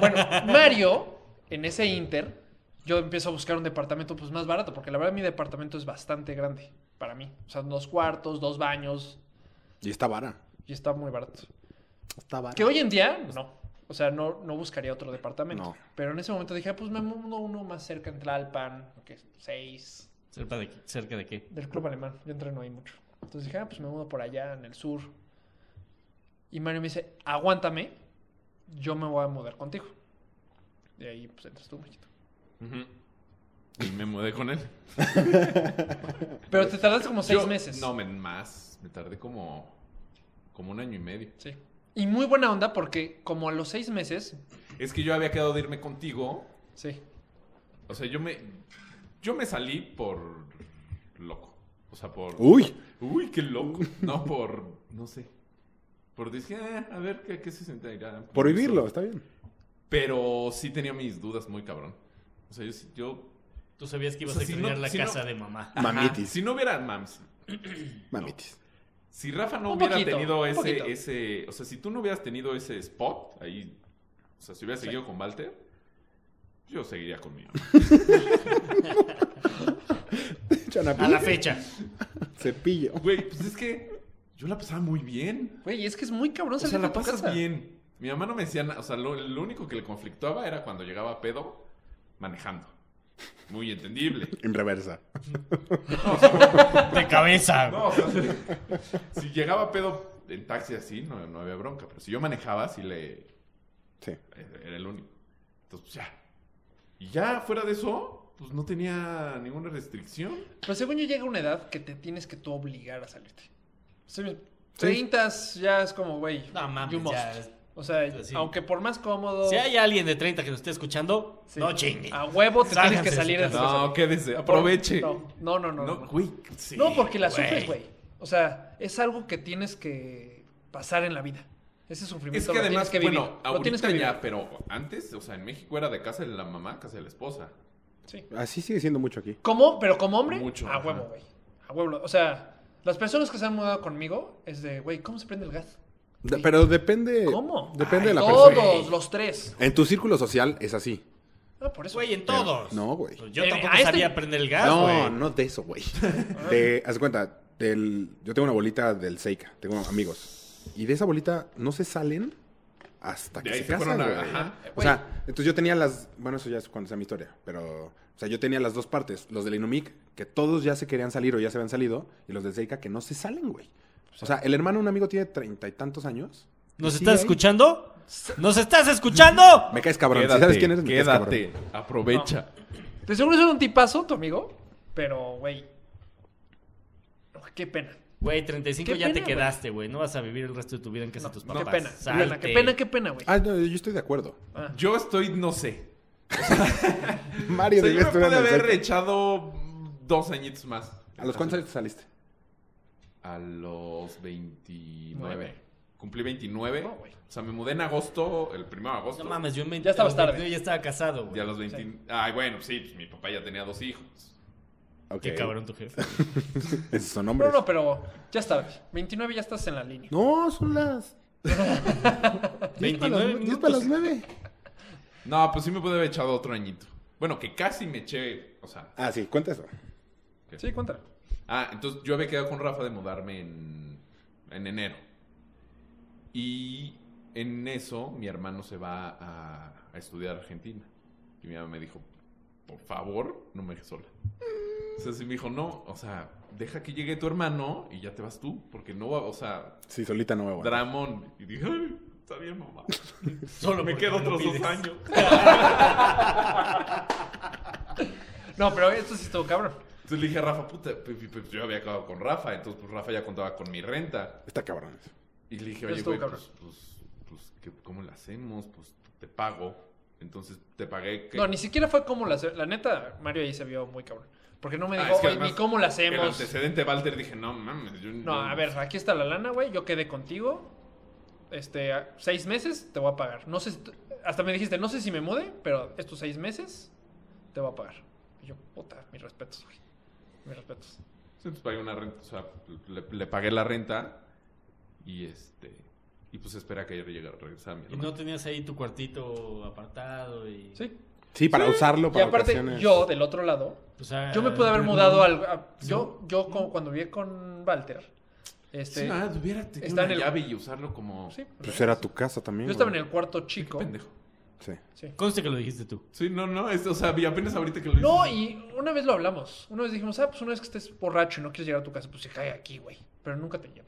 Bueno, Mario, en ese Inter, yo empiezo a buscar un departamento pues más barato, porque la verdad mi departamento es bastante grande para mí. O sea, dos cuartos, dos baños,
Y está vara.
y está muy barato.
Está vara.
Que hoy en día, no. O sea, no, no buscaría otro departamento.
No.
Pero en ese momento dije, ah, pues me mudo uno más cerca en Tlalpan, que es seis,
¿Cerca de, cerca de qué?
del club alemán. Yo entreno ahí mucho. Entonces dije, ah, pues me mudo por allá, en el sur. Y Mario me dice, aguántame, yo me voy a mudar contigo. Y ahí, pues entras tú, Machito.
Ujú. Y me mudé con él.
Pero te tardaste como seis
Yo-
meses.
No, men, más. Me tardé como, como un año y medio.
Sí. Y muy buena onda porque como a los seis meses,
Es que yo había quedado de irme contigo.
sí,
O sea, yo me, yo me salí por loco. O sea, por...
Uy.
Uy, qué loco. No, por... No sé. Por decir, "Ah, a ver, ¿qué, qué se sentirá?
Por vivirlo, está bien.
Pero sí tenía mis dudas muy cabrón. O sea, yo... sí- yo
Tú sabías que ibas
O sea,
a
si
extrañar
no-
la
si no-
casa de mamá.
Ajá,
Mamitis.
si no hubiera... Mams,
Mamitis.
Si Rafa no
Un
hubiera
poquito,
tenido
un poquito.
ese, ese. O sea, si tú no hubieras tenido ese spot ahí. O sea, si hubieras seguido con Walter, yo seguiría con mi mamá.
A la fecha.
Cepillo.
Güey, pues es que yo la pasaba muy bien.
güey, es que es muy cabrón
O sea,
salir
la
de tu
pasas
casa.
bien. Mi mamá no me decía nada. O sea, lo, lo único que le conflictuaba era cuando llegaba a pedo manejando. Muy entendible.
En reversa.
De cabeza.
No, o sea, si llegaba pedo en taxi así, no, no había bronca. Pero si yo manejaba, sí le,
Sí.
Era el único. Entonces, pues ya. Y ya fuera de eso, pues no tenía ninguna restricción.
Pero según yo llega una edad que te tienes que tú obligar a salirte. O sea, 30 ya es como, güey,
No mames,
you must.
ya es-
O sea,
Así.
aunque por más cómodo...
Si hay alguien de 30 que nos esté escuchando,
sí,
no chingue.
A huevo te tienes
Sálganse
que
de
salir
su
de tu
casa.
casa.
No, quédese,
Por-
aproveche.
No, no, no, no.
No,
no.
güey, sí.
No, porque la
güey.
sufres, güey. O sea, es algo que tienes que pasar en la vida. Ese
Es
sufrimiento
que
lo tienes
además,
que vivir.
bueno,
lo tienes
ahorita
que
ya,
vivir.
pero antes, o sea, en México era de casa de la mamá, casa de la esposa.
Sí.
Así sigue siendo mucho aquí.
Como, pero como hombre,
Mucho,
a
ajá.
huevo, güey. A huevo. O sea, las personas que se han mudado conmigo es de, güey, ¿cómo se prende el gas?
De- pero depende.
¿Cómo?
Eh, Depende de la
Todos,
persona.
los tres.
En tu círculo social es así.
Ah, por eso.
Güey, en
Pero-
todos. Pues
no, güey.
Yo
Eh,
tampoco
a este-
sabía prender el
Ah,
gas,
No,
güey.
no de eso, güey. De, haz de cuenta, del- yo tengo una bolita del Seika, tengo amigos. Y de esa bolita no se salen hasta
De
que
ahí
se
se fueron
casan,
a-
güey.
ajá.
O sea, entonces yo tenía las... Bueno, eso ya es cuando sea mi historia, pero... O sea, yo tenía las dos partes, los del Inumic, que todos ya se querían salir o ya se habían salido, y los del Seika que no se salen, güey. O sea, el hermano de un amigo tiene treinta y tantos años.
¿Nos
y sigue
estás
ahí.
escuchando? ¿Nos estás escuchando?
Me caes cabrón.
quédate,
si sabes quién eres, me caes
quédate,
cabrón.
aprovecha.
De seguro es un tipazo, tu amigo. Pero, güey. oh, Qué pena.
Güey, 35
Qué
ya te
pena, güey.
quedaste, güey. No vas a vivir el resto de tu vida en
No,
casa de tus
qué
papás.
pena. Qué
Salte.
pena, qué pena, qué pena, güey.
Ah, no, yo estoy de acuerdo.
Ah.
Yo estoy, no sé. O
Mario,
sea, yo
debes
me
estar en
pude
el
haber
Seika.
echado mm, dos añitos más.
¿A los cuántos años te saliste?
A los 29.
Nueve.
Cumplí 29.
No, güey.
o sea, me mudé en agosto, el primero de agosto.
No mames, yo me...
Ya estabas tarde.
Yo ya estaba casado,
Y
güey.
a los 20. Ay, bueno, pues sí, pues mi papá ya tenía dos hijos.
Ok.
Qué cabrón tu jefe.
Esos son
No,
hombres.
no, pero ya está. 29 ya estás en la línea.
No, son las.
29
10 para las
minutos.
9.
No, pues sí me pude haber echado otro añito. Bueno, que casi me eché. O sea,
Ah, sí, cuenta eso.
Sí, cuéntalo.
ah, entonces yo había quedado con Rafa de mudarme en, en enero. Y en eso mi hermano se va a, a estudiar a Argentina. Y mi mamá me dijo, por favor, no me dejes sola. O sea, sí me dijo, no, o sea, deja que llegue tu hermano y ya te vas tú. Porque no va, o sea,
Sí, solita no me aguanto.
Dramón. Y dije, "Ay, está bien, mamá.
Solo
me
porque
quedo
me lo
otros dos
pides.
años.
No, pero esto sí estuvo cabrón.
Entonces le dije a Rafa, puta, pues, pues, yo había acabado con Rafa, entonces pues Rafa ya contaba con mi renta.
Está cabrón eso.
Y le dije,
Pero
oye,
estuvo
güey,
cabrón.
pues, pues, pues, ¿qué- ¿cómo le hacemos? Pues te pago. Entonces te pagué. que-
No, ni siquiera fue cómo la hace- La neta, Mario ahí se vio muy cabrón. Porque no me
Ah,
dijo,
es que
"Oye, ni
además,
cómo la
El
hacemos.
antecedente Walter dije, no mames. Yo,
No, a ver, aquí está la lana, güey. Yo quedé contigo. Este, a- seis meses te voy a pagar. No sé, si t- hasta me dijiste, no sé si me mude, pero estos seis meses te voy a pagar. Y yo, puta, mis respetos, güey. Mis respetos.
Entonces pagué una renta, o sea, le, le pagué la renta y este. Y pues espera que ayer llegara regresara mi
Y
hermano.
no tenías ahí tu cuartito apartado y...
Sí.
Sí, para usarlo,
Y
para
aparte,
ocasiones.
yo, del otro lado,
O sea,
yo me pude
Ah,
haber mudado
no.
al. a- yo, yo con- cuando viví con Walter,
Sí,
este.
nada, hubiera tenido
Está en
una
el-
llave y usarlo como.
sí,
Pues era tu casa también.
Yo estaba en
güey.
el cuarto chico.
pendejo.
Sí.
Sí.
Conste que lo dijiste tú.
Sí, no, no, es, o sea, vi apenas ahorita que lo
No,
dices.
y una vez lo hablamos. Una vez dijimos, ah, pues una vez que estés borracho y no quieres llegar a tu casa, pues se cae aquí, güey. Pero nunca te llave.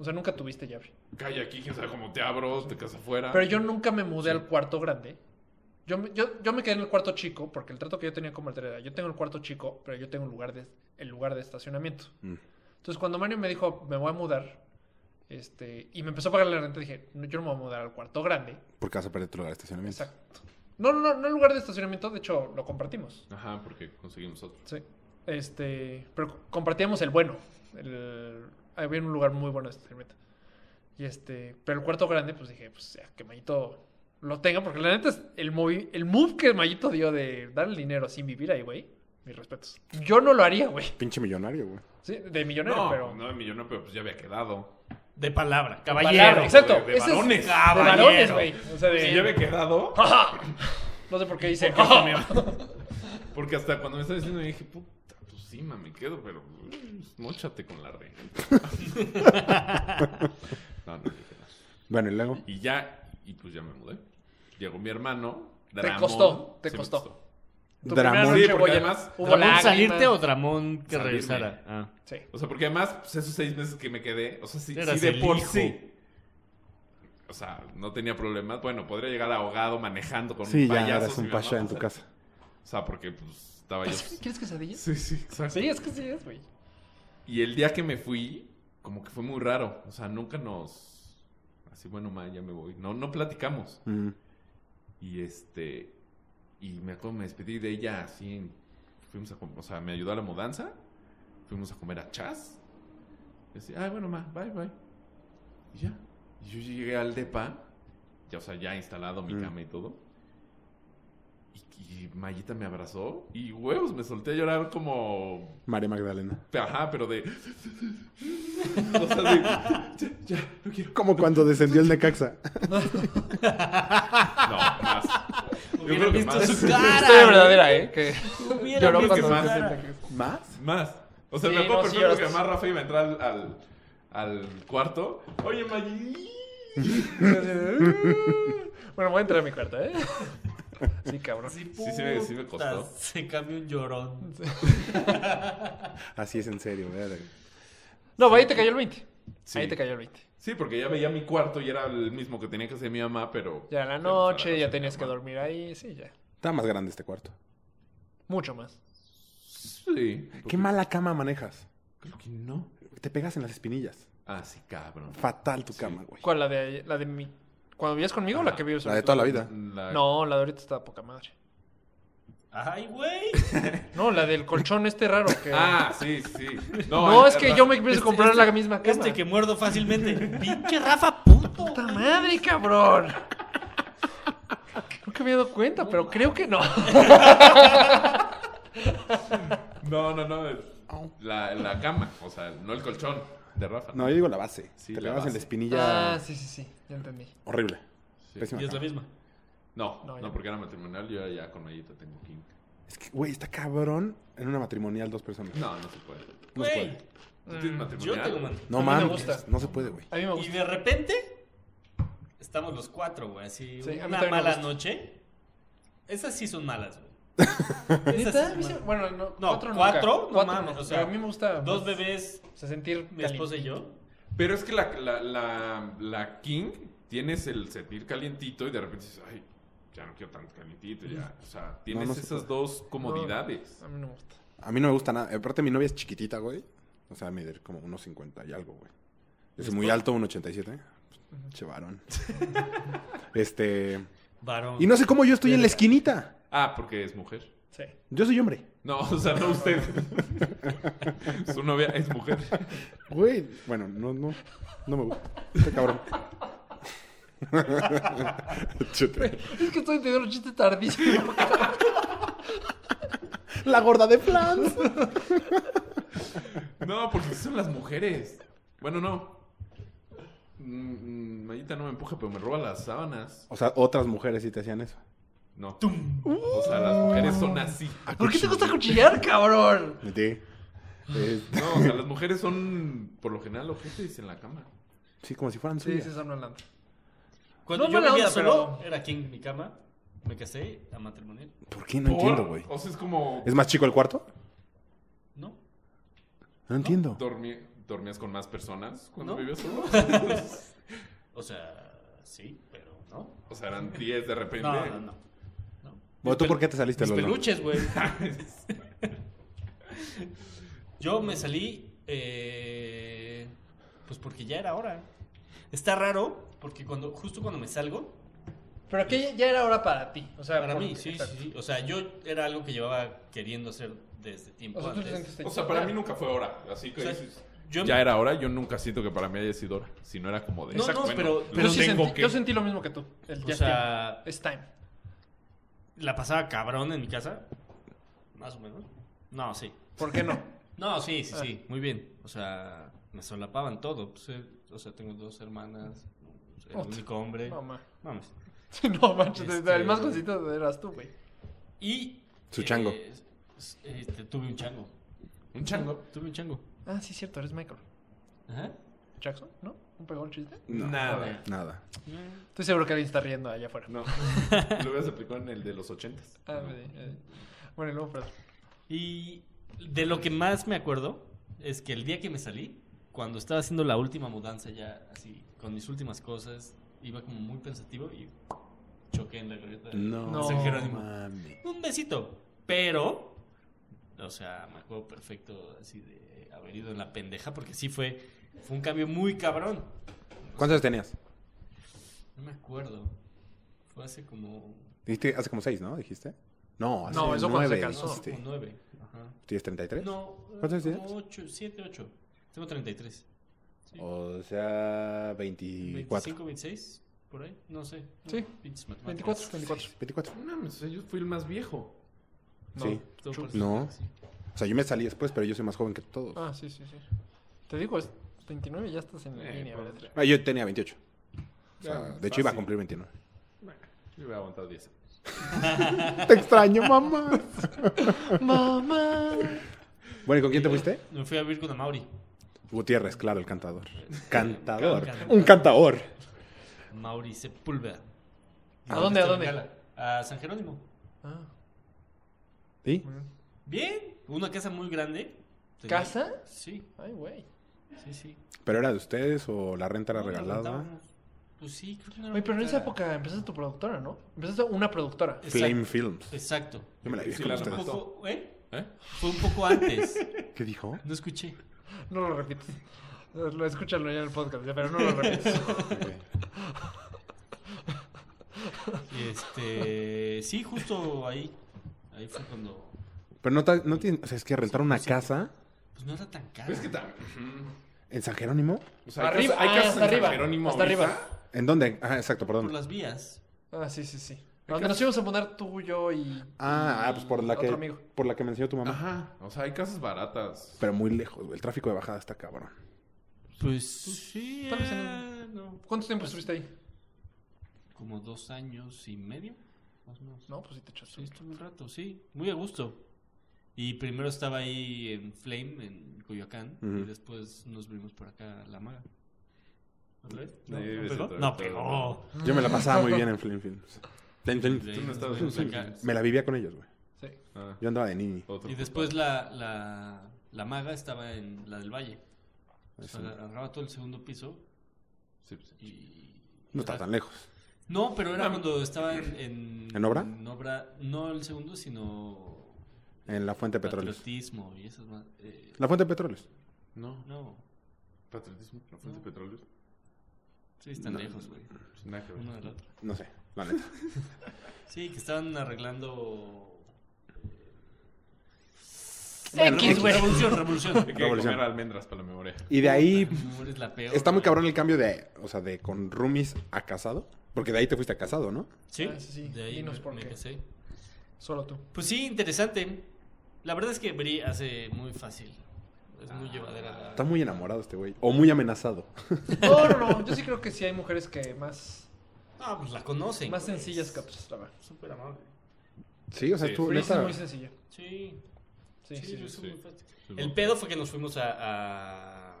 O sea, nunca tuviste llave.
Calla aquí, quién sabe cómo te abro, te quedas afuera.
Pero yo nunca me mudé al cuarto grande. Yo, me- yo, yo me quedé en el cuarto chico porque el trato que yo tenía con Marta era, yo tengo el cuarto chico, pero yo tengo un lugar de, el lugar de estacionamiento.
Mm.
Entonces, cuando Mario me dijo, me voy a mudar, este, y me empezó a pagar la renta, dije, no, yo no me voy a mudar al cuarto grande.
Porque vas a perder tu lugar de estacionamiento.
Exacto. No, no, no, no el lugar de estacionamiento, de hecho, lo compartimos.
Ajá, porque conseguimos otro.
Sí. Este, pero co- compartíamos el bueno. El- había un lugar muy bueno de estacionamiento. Y este, pero el cuarto grande, pues dije, pues ya, que Mayito lo tenga, porque la neta es el, movi- el move que Mayito dio de dar el dinero sin vivir ahí, güey. Mis respetos. Yo no lo haría, güey.
Pinche millonario, güey.
Sí, de millonario,
No,
pero.
no, millonario, pero pues ya había quedado.
De palabra,
Palabra,
caballero.
exacto.
de- de
ese es-
varones. Ah,
de
Caballero.
varones, güey. O sea, de-
Si ya había quedado,
No sé por qué dice.
porque hasta cuando me estaba diciendo, yo dije, puta, pues sí, ma, me quedo, pero pues, móchate con la reina. no, no, yo quedaba.
Bueno, y luego.
Y ya, y pues ya me mudé. Llegó mi hermano.
Te
Dramón.
costó, te
Sí me
costó. Tu primera
Dramón.
noche,
Sí, porque
güey,
además-
hubo
¿Dramón
lágrimas.
salirte o Dramón que
Salirme.
regresara? Ah.
Sí.
O sea, porque además, pues esos seis meses que me quedé, o sea, sí,
Eras
sí de
el
por
hijo.
sí. O sea, no tenía problemas. Bueno, podría llegar ahogado manejando con
Sí,
un
ya
payaso.
eras
si
un
mi
pasha
mamá,
en
o
tu
sea,
casa.
O sea, porque pues estaba yo.
¿Quieres quesadillas?
Sí, sí, exacto.
Sí, es que sí es, güey.
Y el día que me fui, como que fue muy raro. O sea, nunca nos. Así, bueno, ma, ya me voy. No, no platicamos.
Mm.
Y este. Y me acuerdo, me despedí de ella así. en- Fuimos a com- O sea, me ayudó a la mudanza. Fuimos a comer a Chas. Y decía, ay, bueno, ma, bye, bye. Y ya. Y yo llegué al depa. Ya, o sea, ya instalado mi
Mm.
cama y todo. Y, y Mayita me abrazó. Y huevos, me solté a llorar como.
María Magdalena.
Ajá, pero de. o sea, de. Ya, ya, no quiero.
Como cuando descendió el Necaxa.
No, más. Yo
Hubiera
creo que
visto
más.
su
La
cara.
historia verdadera, ¿eh? Que
Hubiera
lloró
visto
que
cuando
más.
se sienta que-
¿Más?
Más. O sea,
Sí,
me acuerdo
no, sí,
perfecto
lloraste.
que además Rafa iba a entrar al, al, al cuarto. Oye, Maggi.
Bueno, voy a entrar a mi cuarto, ¿eh? Sí, cabrón.
Sí, sí me- sí me
puta,
costó.
Se cambió un llorón.
Así es en serio, güey.
No, ahí te cayó el 20.
Sí.
Ahí te cayó el 20.
Sí, porque ya veía mi cuarto y era el mismo que tenía que hacer mi mamá, pero.
Ya era la
pero, pues, o sea,
noche,
la
ya
casa
tenías que
de mi
dormir ahí, sí, ya.
Está más grande este cuarto.
Mucho más.
mamá. Pues Sí.
Qué mala cama manejas.
Creo que no.
Te pegas en las espinillas.
Ah, sí, cabrón.
Fatal tu cama, güey.
¿Cuál? ¿La de, la de mi... ¿Cuando vivías conmigo o la que vives
La de
ahorita?
toda la vida.
La-
No, la de ahorita está poca madre.
Ay, güey.
No, la del colchón este raro que...
Ah, sí, sí. No,
no,
eh,
es que
Rafa-
yo me empiezo a comprar
Este-
la misma cama.
Este que muerdo fácilmente. Pinche Rafa, puto.
¡Puta madre, cabrón! Nunca me había dado cuenta, pero creo que no.
No, no, no. La, la cama, o sea, no el colchón de Rafa.
No, yo digo la base.
Sí,
Te
la
pegabas en
base.
la espinilla.
Ah, sí, sí, sí. Ya entendí.
Horrible.
Sí.
Pésima
Y es la
cama.
misma.
No,
No,
no,
ya.
porque era matrimonial, yo ya con Mayita tengo kink.
Es que, güey, está cabrón en una matrimonial dos personas.
No, no se puede.
No se
Güey,
puede.
Mm,
¿Tú tienes
yo
matrimonial?
tengo man.
No
A mí me
mames.
gusta.
No se puede, güey.
A mí me
Y
gusta.
de repente estamos los cuatro, güey. Así,
Sí, a mí
una
también me
mala
gusta.
noche. Esas sí son malas, güey. Esas sí
¿Neta? A
son
mí se-
malas.
Bueno, no,
No,
cuatro,
cuatro,
nunca.
no mames, o sea,
pero a mí me gusta
Dos
más,
bebés,
o sea, sentir
mi esposa y yo.
Pero es que la, la, la, la King tienes el sentir calientito y de repente dices, ay, ya no quiero tan calientito, ya. O sea, tienes
no se
esas
puede.
dos comodidades.
A mí no me gusta.
A mí no me gusta nada. Aparte, mi novia es chiquitita, güey. O sea, medir como unos 50 y algo, güey. Yo soy muy alto, un 87. Che varón. este.
Varón.
Y no sé cómo yo estoy en la esquinita.
Ah, porque es mujer.
Sí.
Yo soy hombre.
No, o sea, no usted. Su novia es mujer.
Güey. Bueno, no, no. No me gusta. Este cabrón. Chute.
Es que estoy teniendo un chiste tardísimo.
la gorda de Flans.
No, porque son las mujeres. Bueno, no. Mm, mm, Mayita no me empuja, pero me roba las sábanas.
O sea, otras mujeres sí te hacían eso.
No. O sea, las mujeres son así.
¿Por qué te gusta cuchillar, cabrón?
Sí. Es-
No, o sea, las mujeres son por lo general ojetes en la cama.
sí, como si fueran
Sí,
suyas.
sí, son Holanda.
Cuando
No
yo
mala
vivía
onda,
solo,
pero-
era aquí en mi cama. Me casé a matrimonial.
¿Por qué? No
¿Por?
entiendo, güey.
O sea, es como.
¿Es más chico el cuarto?
¿No?
No entiendo.
dormi- ¿Dormías con más personas cuando
No.
vivías solo?
pues, O sea, sí, pero no.
o sea, eran 10 de repente.
No, no, no.
Bueno, ¿tú por qué te saliste,
Mis
Lolo?
peluches, güey. Yo me salí, eh, pues porque ya era hora. Está raro, porque cuando justo cuando me salgo,
Pero que ya era hora para ti. O sea,
para
porque-
mí, sí,
exacto.
sí, sí. O sea, yo era algo que llevaba queriendo hacer desde tiempo
O sea, tú te
antes.
sentiste.
O sea, para mí nunca fue hora. Así
O
que.
sea,
dices,
yo-
Ya era hora, yo nunca siento que para mí haya sido hora. Si no era como de.
No,
Exacto,
no, pero-
lo
Pero sí
tengo
sentí,
que-
yo sentí lo mismo que tú. El
o
ya
sea,
es time. Es time.
la pasaba cabrón en mi casa, más o menos. No, sí.
¿Por qué no?
No, sí, sí,
Ah.
sí, muy bien. O sea, me solapaban todo. pues, eh, o sea, tengo dos hermanas, el
Otra.
único hombre.
No, ma.
Vamos.
Sí, No, manches,
Este-
el más cosito eras tú, güey.
Y.
Su chango.
s- s- este, tuve un chango.
Un chango.
Tuve un chango.
Ah, sí, cierto, eres Michael.
Ajá.
¿Jackson? ¿No? ¿Un pegón chiste?
No,
Nada.
Nada.
Estoy seguro que alguien está riendo allá afuera.
No. lo hubieras aplicado en el de los ochentas.
Ah, eh, eh. Bueno, y luego, perdón.
Y de lo que más me acuerdo es que el día que me salí, cuando estaba haciendo la última mudanza ya, así, con mis últimas cosas, iba como muy pensativo y choqué en la grieta. de
No.
No.
San Jerónimo.
mami.
Un besito. Pero, o sea, me acuerdo perfecto así de haber ido en la pendeja porque sí fue, fue un cambio muy cabrón.
¿Cuántos años tenías?
No me acuerdo. Fue hace como
Dijiste hace como seis, ¿no? Dijiste. No, hace
No, eso cuando
nueve,
se casó.
dijiste.
como nueve. Ajá.
¿Tienes 33?
No,
Este.
¿Cuántos
¿Cuántos tienes?
8, 7, 8. Tengo 33.
O sea, 24.
25, 26, por ahí, no sé.
Sí.
Pinches matemáticas.
24, 24.
24.
No, mames, o sea, yo fui el más viejo.
No.
Sí.
Todo por-
No.
sí.
O sea, yo me salí después, pero yo soy más joven que todos.
Ah, sí, sí, sí. Te digo, es 29 y ya estás en la
Eh,
línea,
pues.
¿verdad?
Ah, yo tenía 28. O sea,
Ah,
de hecho, iba a
fácil.
cumplir 29.
Bueno, yo hubiera aguantado 10.
Te extraño, mamá.
Mamá.
Bueno, ¿y con quién te fuiste?
Me fui a vivir con Amauri.
Gutiérrez, claro, el cantador. Cantador.
Can- can-
Un cantador.
Amauri Sepúlveda.
¿A dónde, a dónde?
Bengala. A San Jerónimo.
Ah,
¿Sí?
muy bien.
Bien, una casa muy grande. Tenía-
¿Casa?
Sí,
Ay, güey.
sí, sí.
¿Pero era de ustedes o la renta era
No, la
regalada?
rentábamos. Pues sí, creo que no era
Oye, pero en esa
cara.
época empezaste tu productora, ¿no? Empezaste una productora.
Exacto,
Flame Films.
Exacto.
Yo me la vi
Sí,
con
la
ustedes.
Un
Exacto.
poco, ¿eh?
¿Eh?
Fue un poco antes.
¿Qué dijo?
No escuché.
No lo repites. Lo escúchalo ya en el podcast, ya, pero no lo repites.
Este, sí, justo ahí. Ahí fue cuando.
Pero no, ta- no tiene- o sea, es que rentar una casa
Pues no era tan caro.
Es que también.
en San Jerónimo.
O sea, hay
Arriba,
casas- hay
ah,
casas
hasta
en San
arriba,
Jerónimo
hasta
ahorita.
arriba.
¿En dónde? Ajá, exacto, ¿por
Por
dónde?
las vías.
Ah, sí, sí, sí. Donde nos íbamos a poner tú, yo y.
Ah,
y
ah, pues por la que
Otro amigo.
por la que me enseñó tu mamá.
Ajá. O sea, hay casas baratas.
Pero muy lejos, güey. El tráfico de bajada está cabrón.
Pues sí.
tal vez en
eh, no.
¿Cuánto tiempo estuviste ahí?
Como dos años y medio. Más o menos.
No, pues sí te echaste.
Sí, estuve un rato, sí. Muy a gusto. Y primero estaba ahí en Flame, en Coyoacán. Y
Ujú.
después nos vimos por acá a La Maga. ¿Otra vez?
No,
¿No?
debes
pegó?
otra vez,
No
pero-
pegó.
Yo me la pasaba muy bien en Film Films. Film Films.
De ahí
no
nos
estabas
vimos
en
acá.
Flame.
Me la vivía con ellos, güey.
Sí.
Ah,
Yo andaba de nini.
otro.
Y después la, la, la maga estaba en la del Valle. O sea,
Eso.
agarraba todo el segundo piso
Sí, pues,
y...
No está tan lejos.
Ah.
No, pero era cuando estaba en... ¿En,
¿En obra?
obra, no el segundo, sino...
en la fuente de petróleo.
Patriotismo y esas más. eh,
La fuente de petróleo.
No,
no,
patriotismo, la fuente de petróleo.
sí, están
No.
lejos, güey.
Nada que ver.
Uno del otro.
No sé, la neta.
Sí, que estaban arreglando. eh,
X, güey.
Revolución, revolución.
Hay que
Revolución.
comer almendras para la memoria.
Y de ahí
Eres la peor,
está muy
güey.
cabrón el cambio de, o sea, de con roomies a casado. Porque de ahí te fuiste a casado, ¿no?
Sí,
Ah, sí, sí.
de ahí
Dinos
me-
por
me
qué.
casé.
Solo tú.
Pues sí, interesante. La verdad es que Bri hace muy fácil. Es muy llevadera la-
Está muy enamorado este güey. O muy amenazado.
No, no, no. Yo sí creo que sí hay mujeres que más,
Ah, pues la conocen.
más
güey.
sencillas que otras, la verdad.
Súper amable.
Sí, o sea,
Sí,
tú,
Pero esa es
neta,
muy sencilla.
Sí,
Sí,
sí,
sí,
yo
sí.
soy muy fácil.
Sí,
El
no.
pedo fue que nos fuimos a. a...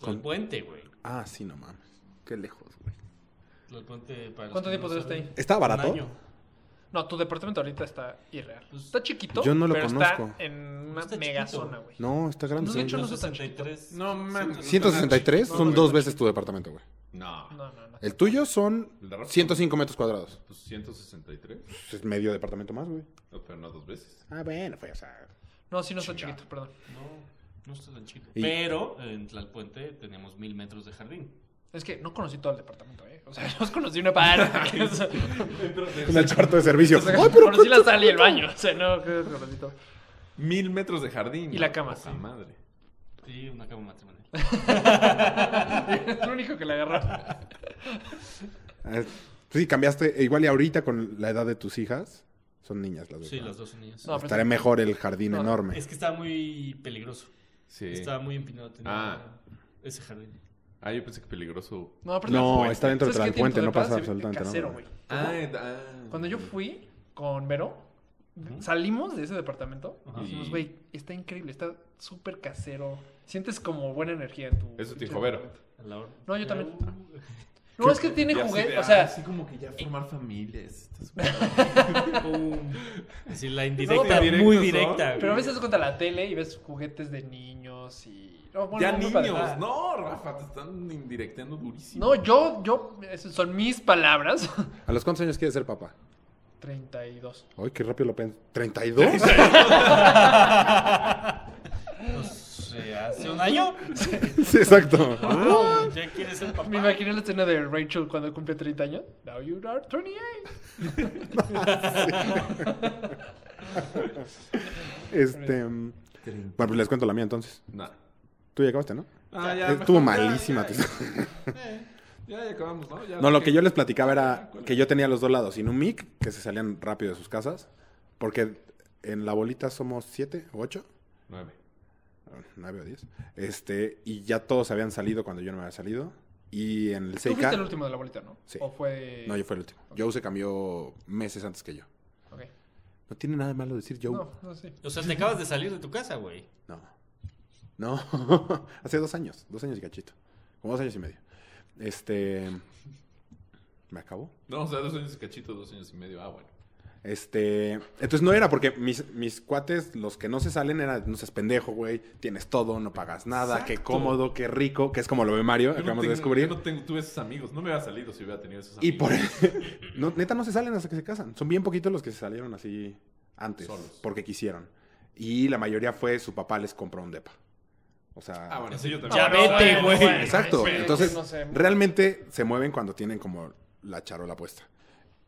Con-
Al puente, güey.
Ah, sí, no mames. Qué lejos, güey.
Tlalpuente para los
¿Cuánto
que
tiempo
no
duraste
saben.
ahí?
¿Está barato?
Un año.
No, tu departamento ahorita está irreal. Está chiquito.
Yo no lo
pero
conozco.
Está en una
Pues, Está chiquito.
megazona, güey.
No, está grande.
No, de hecho,
según
no
yo.
está tan chiquito.
163.
No, man.
163
No,
son
no,
dos
no.
veces tu departamento, güey.
No.
No, no, no.
El tuyo son
¿El de Rafa?
105 metros cuadrados.
Pues 163.
Es medio departamento más, güey.
No, pero no dos veces.
Ah, bueno, pues, o sea.
No, sí, no está
Chinga.
chiquito, perdón.
No, no está tan chiquito.
Y-
Pero en Tlalpuente tenemos mil metros de jardín.
Es que no conocí todo el departamento, ¿eh? O sea, no conocí una parte. O sea,
En el cuarto de servicio. Ay, pero
conocí la sala y el baño. O sea, no creo que conocí todo.
Mil metros de jardín.
Y la cama,
Poca
sí.
madre.
Sí, una cama matrimonial.
Es lo único que le agarró.
Ah, pues sí, cambiaste. Igual y ahorita con la edad de tus hijas. Son niñas las dos.
Sí,
¿no?
las dos son niñas.
No, pero-
Estaré mejor el jardín
No,
enorme.
Es que estaba muy peligroso.
Sí.
Estaba muy empinado tenía
Ah.
ese jardín.
Ah, yo pensé que peligroso.
No, aparte
No,
fue-
está dentro
¿sabes
del
qué? Tiene
puente,
todo
no pasa
pedazo de
absolutamente nada.
casero, güey.
Ah, ed- ah.
Cuando yo fui con Vero, salimos de ese departamento
Ajá.
y dijimos,
Y-
güey, está increíble, está súper casero. Sientes como buena energía en tu.
Eso te
pinche
dijo Vero.
departamento.
A la hora.
No, yo también.
Uh,
No, es que tiene
Y así de,
juguetes. O
ah,
sea,
Así como que ya formar familias. Está súper-
Así uh, la indirecta,
No, directos
muy
son,
directa. güey.
pero a veces te cuenta la tele y ves juguetes de niños y. No, bueno,
ya
no, muy padre.
niños. No, Rafa, te están indirecteando durísimo.
No, yo, yo, esas son mis palabras.
¿A los cuántos años quieres ser papá?
32.
Ay, qué rápido lo pensé. ¿32?
¿Se hace un año?
sí, exacto.
Ah. ¿Ya quieres ser
Me
papá?
imaginé la escena de Rachel cuando cumple 30 años. Now you are 28.
Este. mm, Bueno, pues les cuento la mía entonces.
Nah.
Tú ya acabaste, ¿no? Eh,
Ah, ya,
Estuvo
mejor, ya,
malísima.
ya,
tu-
ya. Eh, Ya, ya acabamos, ¿no? Ya,
No, lo
ok.
que yo les platicaba era que yo tenía los dos lados. Inumic, que se salían rápido de sus casas. Porque en la bolita somos siete o ocho.
Nueve.
nueve o diez. Este, y ya todos habían salido cuando yo no me había salido. Y en el
Tú fuiste el
Seika...
último de la bolita, ¿no?
Sí.
¿O fue.?
No, yo fui el último. Joe se cambió meses antes que yo.
Ok.
No tiene nada de malo decir Joe.
No, no, sí.
O sea, te acabas de salir de tu casa, güey.
No. No. Hace dos años. Dos años y cachito. Como dos años y medio. Este. ¿Me acabó?
No, o sea, dos años y cachito, dos años y medio. Ah, bueno.
Este. Entonces no era porque mis, mis cuates, los que no se salen, eran, no seas pendejo, güey. Tienes todo, no pagas nada. Qué
Exacto.
cómodo, qué rico. Que es como lo ve Mario,
Yo no
acabamos de
tengo-
descubrir.
yo no tengo- tuve esos amigos. No me hubiera salido si hubiera tenido esos
y
amigos.
por. no, neta, no se salen hasta que se casan. Son bien poquitos los que se salieron así antes.
Solos.
Porque quisieron. Y la mayoría fue su papá les compró un depa. O sea.
Ah, bueno, sí, yo
Ya
también.
vete, güey.
Exacto.
sí,
Entonces,
no sé.
realmente se mueven cuando tienen como la charola puesta.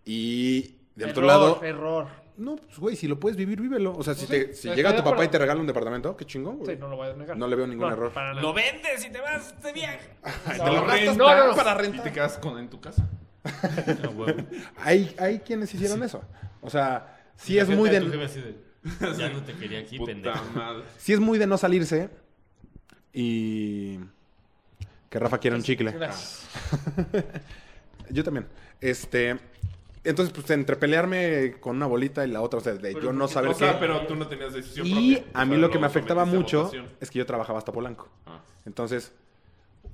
Y del
Error,
otro lado,
Error.
no, pues güey, si lo puedes vivir, vívelo. O sea, si,
Pues
te,
sí,
si
estoy
llega
de
tu papá y
acuerdo.
te regala un departamento, qué chingón,
Sí,
güey.
no lo voy a negar.
No le veo ningún error.
para nada.
Lo vendes y te vas de viaje.
Ay,
No,
te lo
no,
gastas
no,
para,
no, no.
para
Y
rentar.
te quedas con, en tu casa.
Hay, hay quienes hicieron eso. O sea, sí
Y
es
la
muy
gente tu jefe
de,
así de, Ya no te quería aquí,
Puta
pendejo.
madre.
sí es muy de no salirse. Y que Rafa quiera un chicle.
Gracias.
Yo también. Este, entonces pues entre pelearme con una bolita y la otra, o sea, de yo no saber
o sea,
qué
ah, pero tú no tenías decisión
Y
propia. O
a mí
sea,
lo que me
sometiste
afectaba
a
mucho
votación.
es que yo trabajaba hasta Polanco.
Ah.
Entonces,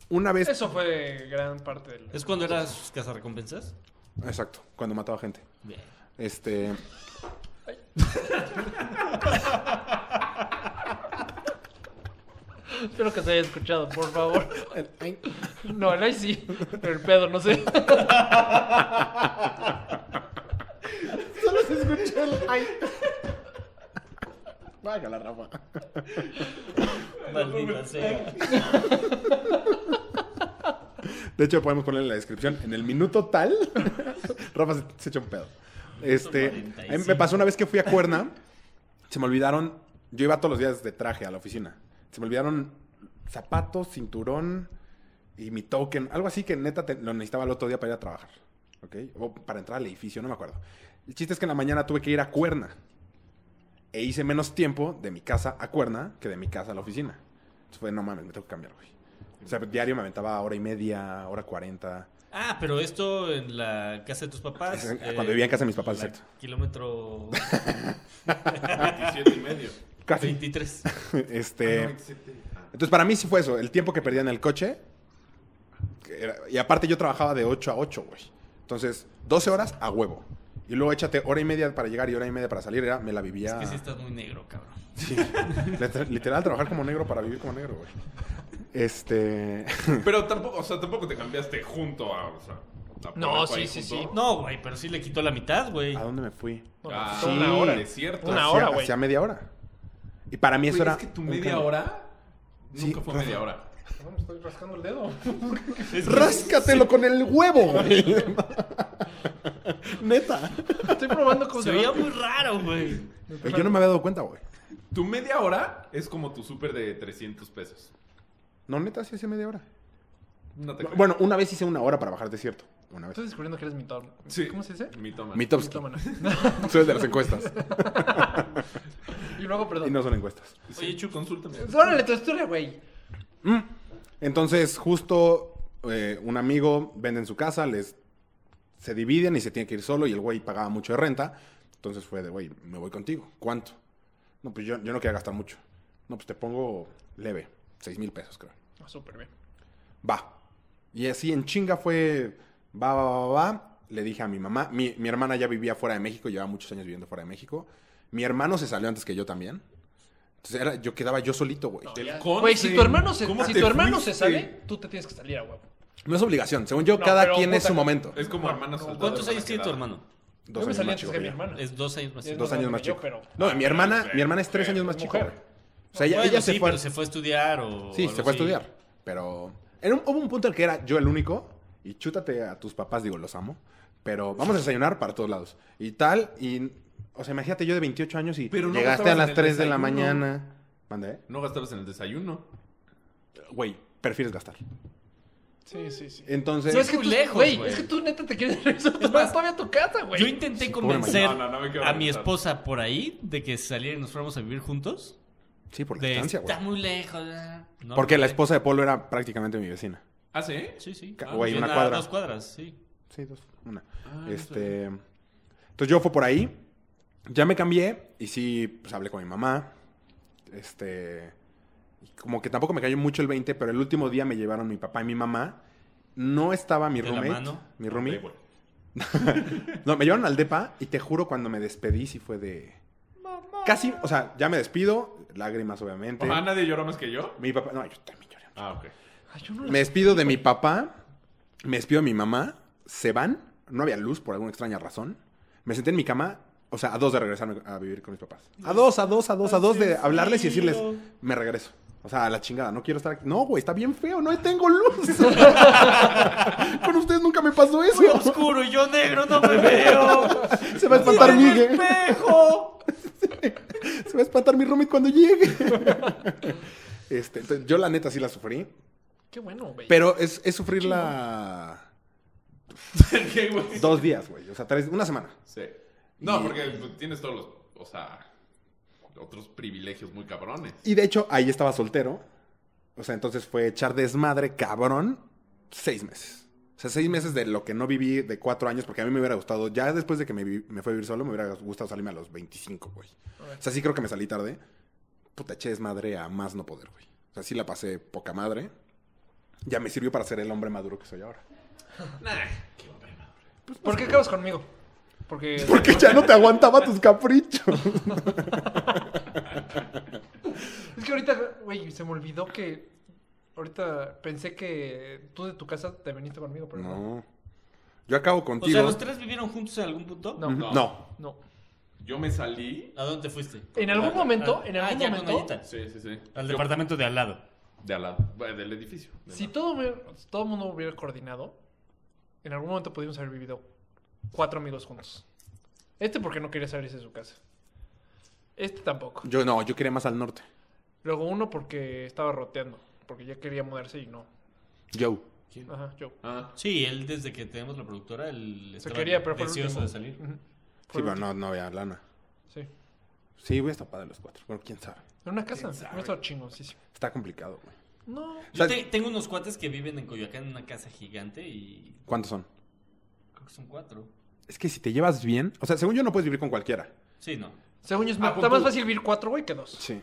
una vez...
Eso fue gran parte del.
¿Es cuando eras cazarrecompensas?
Exacto, cuando mataba gente.
Bien.
Este...
Espero que se haya escuchado, por favor.
el- ay,
No, el ahí sí. Pero el pedo, no sé.
Solo se escuchó el... ay. Vaya la Rafa.
Maldita sea.
De hecho, podemos poner en la descripción, en el minuto tal, Rafa se, se echa un pedo. Este, a mí me pasó una vez que fui a Cuerna, se me olvidaron, yo iba todos los días de traje a la oficina, se me olvidaron zapatos, cinturón y mi token, algo así que neta te- lo necesitaba el otro día para ir a trabajar, ¿ok? O para entrar al edificio, no me acuerdo. El chiste es que en la mañana tuve que ir a Cuerna e hice menos tiempo de mi casa a Cuerna que de mi casa a la oficina. Entonces fue, no mames, me tengo que cambiar, güey. O sea, diario me aventaba hora y media, hora cuarenta.
Ah, pero esto en la casa de tus papás. eh,
Es en- cuando vivía en casa de mis papás,
la
exacto.
Kilómetro
27 Ah, y medio.
Casi.
23.
Ah, no,
Este.
27. Ah.
Entonces, para mí sí fue eso. El tiempo que perdía en el coche. que era- y aparte, yo trabajaba de 8 a 8, güey. Entonces, 12 horas a huevo. Y luego échate hora y media para llegar y hora y media para salir. Era, me la
Es
vivía.
que sí estás muy negro, cabrón.
Sí. Liter- Literal, trabajar como negro para vivir como negro, güey. Este.
Pero tampoco, o sea, tampoco te cambiaste junto a, o sea, a
No,
Polanco
sí,
ahí
sí,
junto.
sí.
No, güey, pero sí le quitó la mitad, güey.
¿A dónde me fui?
Ah,
Fue una hora.
es cierto.
Una
Hacía-
hora, güey.
Hacía media hora. Y para mí
Güey,
eso era.
es que tu
un
media
cambio.
hora
Sí,
nunca fue
Rafa.
media hora.
No, me estoy rascando el dedo.
Es que-
Ráscatelo con el huevo, güey. Neta.
Estoy probando cómo
Se
se
veía
va.
muy raro, güey.
Güey, Eh, Yo no me había dado cuenta, güey.
Tu media hora es como tu súper de 300 pesos.
No, neta, sí hace media hora.
No te creo.
Bueno, una vez hice una hora para bajar desierto. Una vez.
Estoy descubriendo que eres mitómano.
Sí.
¿Cómo se dice?
Mitoma.
Mitowski.
Mitómano.
Soy el de las encuestas.
y luego,
Y
perdón.
no son encuestas.
Oye, Chu, consúltame.
Órale tu historia, güey.
Mm. Entonces, justo eh, un amigo vende en su casa, les se dividen y se tiene que ir solo y el güey pagaba mucho de renta. Entonces fue de, güey, me voy contigo. ¿Cuánto? No, pues yo, yo no quería gastar mucho. No, pues te pongo leve. Seis mil pesos, creo.
Ah, Súper bien.
va. Y así en chinga fue, va, va, va, va. Le dije a mi mamá, mi, mi hermana ya vivía fuera de México, llevaba muchos años viviendo fuera de México. Mi hermano se salió antes que yo también. Entonces era, yo quedaba yo solito, güey.
Del
Güey, si
Conce.
tu hermano se,
¿Cómo
si
te
tu hermano se
fuiste?
sale, tú te tienes que salir a huevo.
No es obligación, según yo,
No,
cada
pero
quien es
puta-
su momento.
Es como hermanos soldados.
¿Cuántos años
hermana
tiene tu
quedada.
hermano?
Dos
Yo me
años
salí
más
antes
chico
que
que
mi
yo.
hermana.
Es dos años más.
Es
chico.
Dos
más
años
grande
más
que yo,
chico.
pero-
No, mi hermana,
Mujer.
mi hermana es tres años más chico,
Mujer.
güey. O sea, ella,
Bueno,
ella
sí,
se fue.
pero se fue a estudiar o.
Sí,
algo
se fue a
así.
estudiar. Pero en un- hubo un punto en el que era yo el único. Y chútate a tus papás, digo, los amo. Pero vamos a desayunar para todos lados. Y tal, y... O sea, imagínate yo de 28 años y
Pero no
llegaste
gastabas
a
en
las
el
3 de la
desayuno.
mañana. ¿Mande?
No gastabas en el desayuno.
Güey, prefieres gastar.
Sí, sí, sí.
Entonces...
No, es que
muy
tú,
lejos,
güey.
güey.
Es que tú neta te quieres regresar
Es más,
todavía a tu casa, güey.
Yo intenté
pobre
convencer
No, no, no me quiero
a mi
regresar.
esposa por ahí de que saliera y nos fuéramos a vivir juntos.
Sí, por la
De,
distancia, güey.
está muy lejos. eh". No,
Porque
no
la
sé.
esposa de Polo era prácticamente mi vecina.
¿Ah, sí?
Sí, sí.
Ca-
Ah,
güey,
bien,
una
a
cuadra.
Dos cuadras, sí.
Sí, dos. Una.
Ah,
este. Entonces yo fue por ahí. Ya me cambié. Y sí, pues hablé con mi mamá. Este. y Como que tampoco me cayó mucho el 20, pero el último día me llevaron mi papá y mi mamá. No estaba mi
¿De la
roommate.
mano?
Mi roomie.
Ok, güey.
No, me llevaron al depa y te juro cuando me despedí sí fue de. Casi, o sea, ya me despido. Lágrimas, obviamente.
Ah, nadie lloró más que yo.
Mi papá. No, yo también lloré.
Ah, ok.
Ay, yo no
Me despido de mi papá, me despido de mi mamá, se van, no había luz por alguna extraña razón. Me senté en mi cama, o sea, a dos de regresarme a vivir con mis papás. A dos, a dos, a dos, a dos de hablarles y decirles, me regreso. O sea, a la chingada, no quiero estar aquí. No, güey, está bien feo, no tengo luz. con ustedes nunca me pasó eso.
oscuro y yo negro no me veo.
Se va a espantar Miguel. Se va a espantar mi roommate cuando llegue. este, entonces, yo la neta sí la sufrí,
Qué bueno, güey.
pero es, es sufrirla
¿Qué, güey?
dos días, güey. O sea, tres, una semana.
Sí. No,
Y-
porque pues, tienes todos los, o sea, otros privilegios muy cabrones.
Y de hecho, ahí estaba soltero. O sea, entonces fue echar desmadre, cabrón, seis meses. O sea, seis meses de lo que no viví de cuatro años, porque a mí me hubiera gustado, ya después de que me, vi- me fue a vivir solo, me hubiera gustado salirme a los 25, güey. O sea, sí creo que me salí tarde. Puta, eché desmadre a más no poder, güey. O sea, sí la pasé poca madre. Ya me sirvió para ser el hombre maduro que soy ahora.
¿Por qué acabas conmigo? Porque.
Porque ya no te aguantaba tus caprichos.
Es que ahorita, güey, se me olvidó que. Ahorita pensé que tú de tu casa te viniste conmigo, pero no.
No. Yo acabo
O
contigo.
sea, ¿los tres vivieron juntos en algún punto?
No.
Ujú. No.
No.
Yo me salí.
¿A dónde te fuiste?
En algún momento,
Ah,
en algún
ya con
momento,
Nayita.
Sí, sí, sí.
Al
Yo-
departamento de al lado.
De al lado. bueno, Del edificio. de
si
al lado.
todo, me- todo el mundo hubiera coordinado, en algún momento pudimos haber vivido cuatro amigos juntos. Este porque no quería salirse de su casa. Este tampoco.
Yo no, yo quería más al norte.
Luego uno porque estaba roteando, porque ya quería mudarse y no.
Joe.
Ajá, yo.
Ah,
Sí, él desde que tenemos la productora, él
Se
estaba
quería, pero fue el
deseoso
último.
de salir.
Ujú. Fue
Sí,
el último.
pero no, no había lana.
Sí.
Sí, voy a estar padre los cuatro. Bueno, quién sabe.
En una casa,
sabe?
no estaba chingoncísimo.
Está complicado, güey.
No,
Yo
O sea-
te- tengo unos cuates que viven en Coyoacán en una casa gigante y
¿Cuántos son?
creo que son cuatro.
Es que si te llevas bien, o sea, según yo no puedes vivir con cualquiera.
Sí, no.
según yo es
Ah,
más,
pon
está más
tú.
fácil vivir cuatro, güey, que dos.
Sí.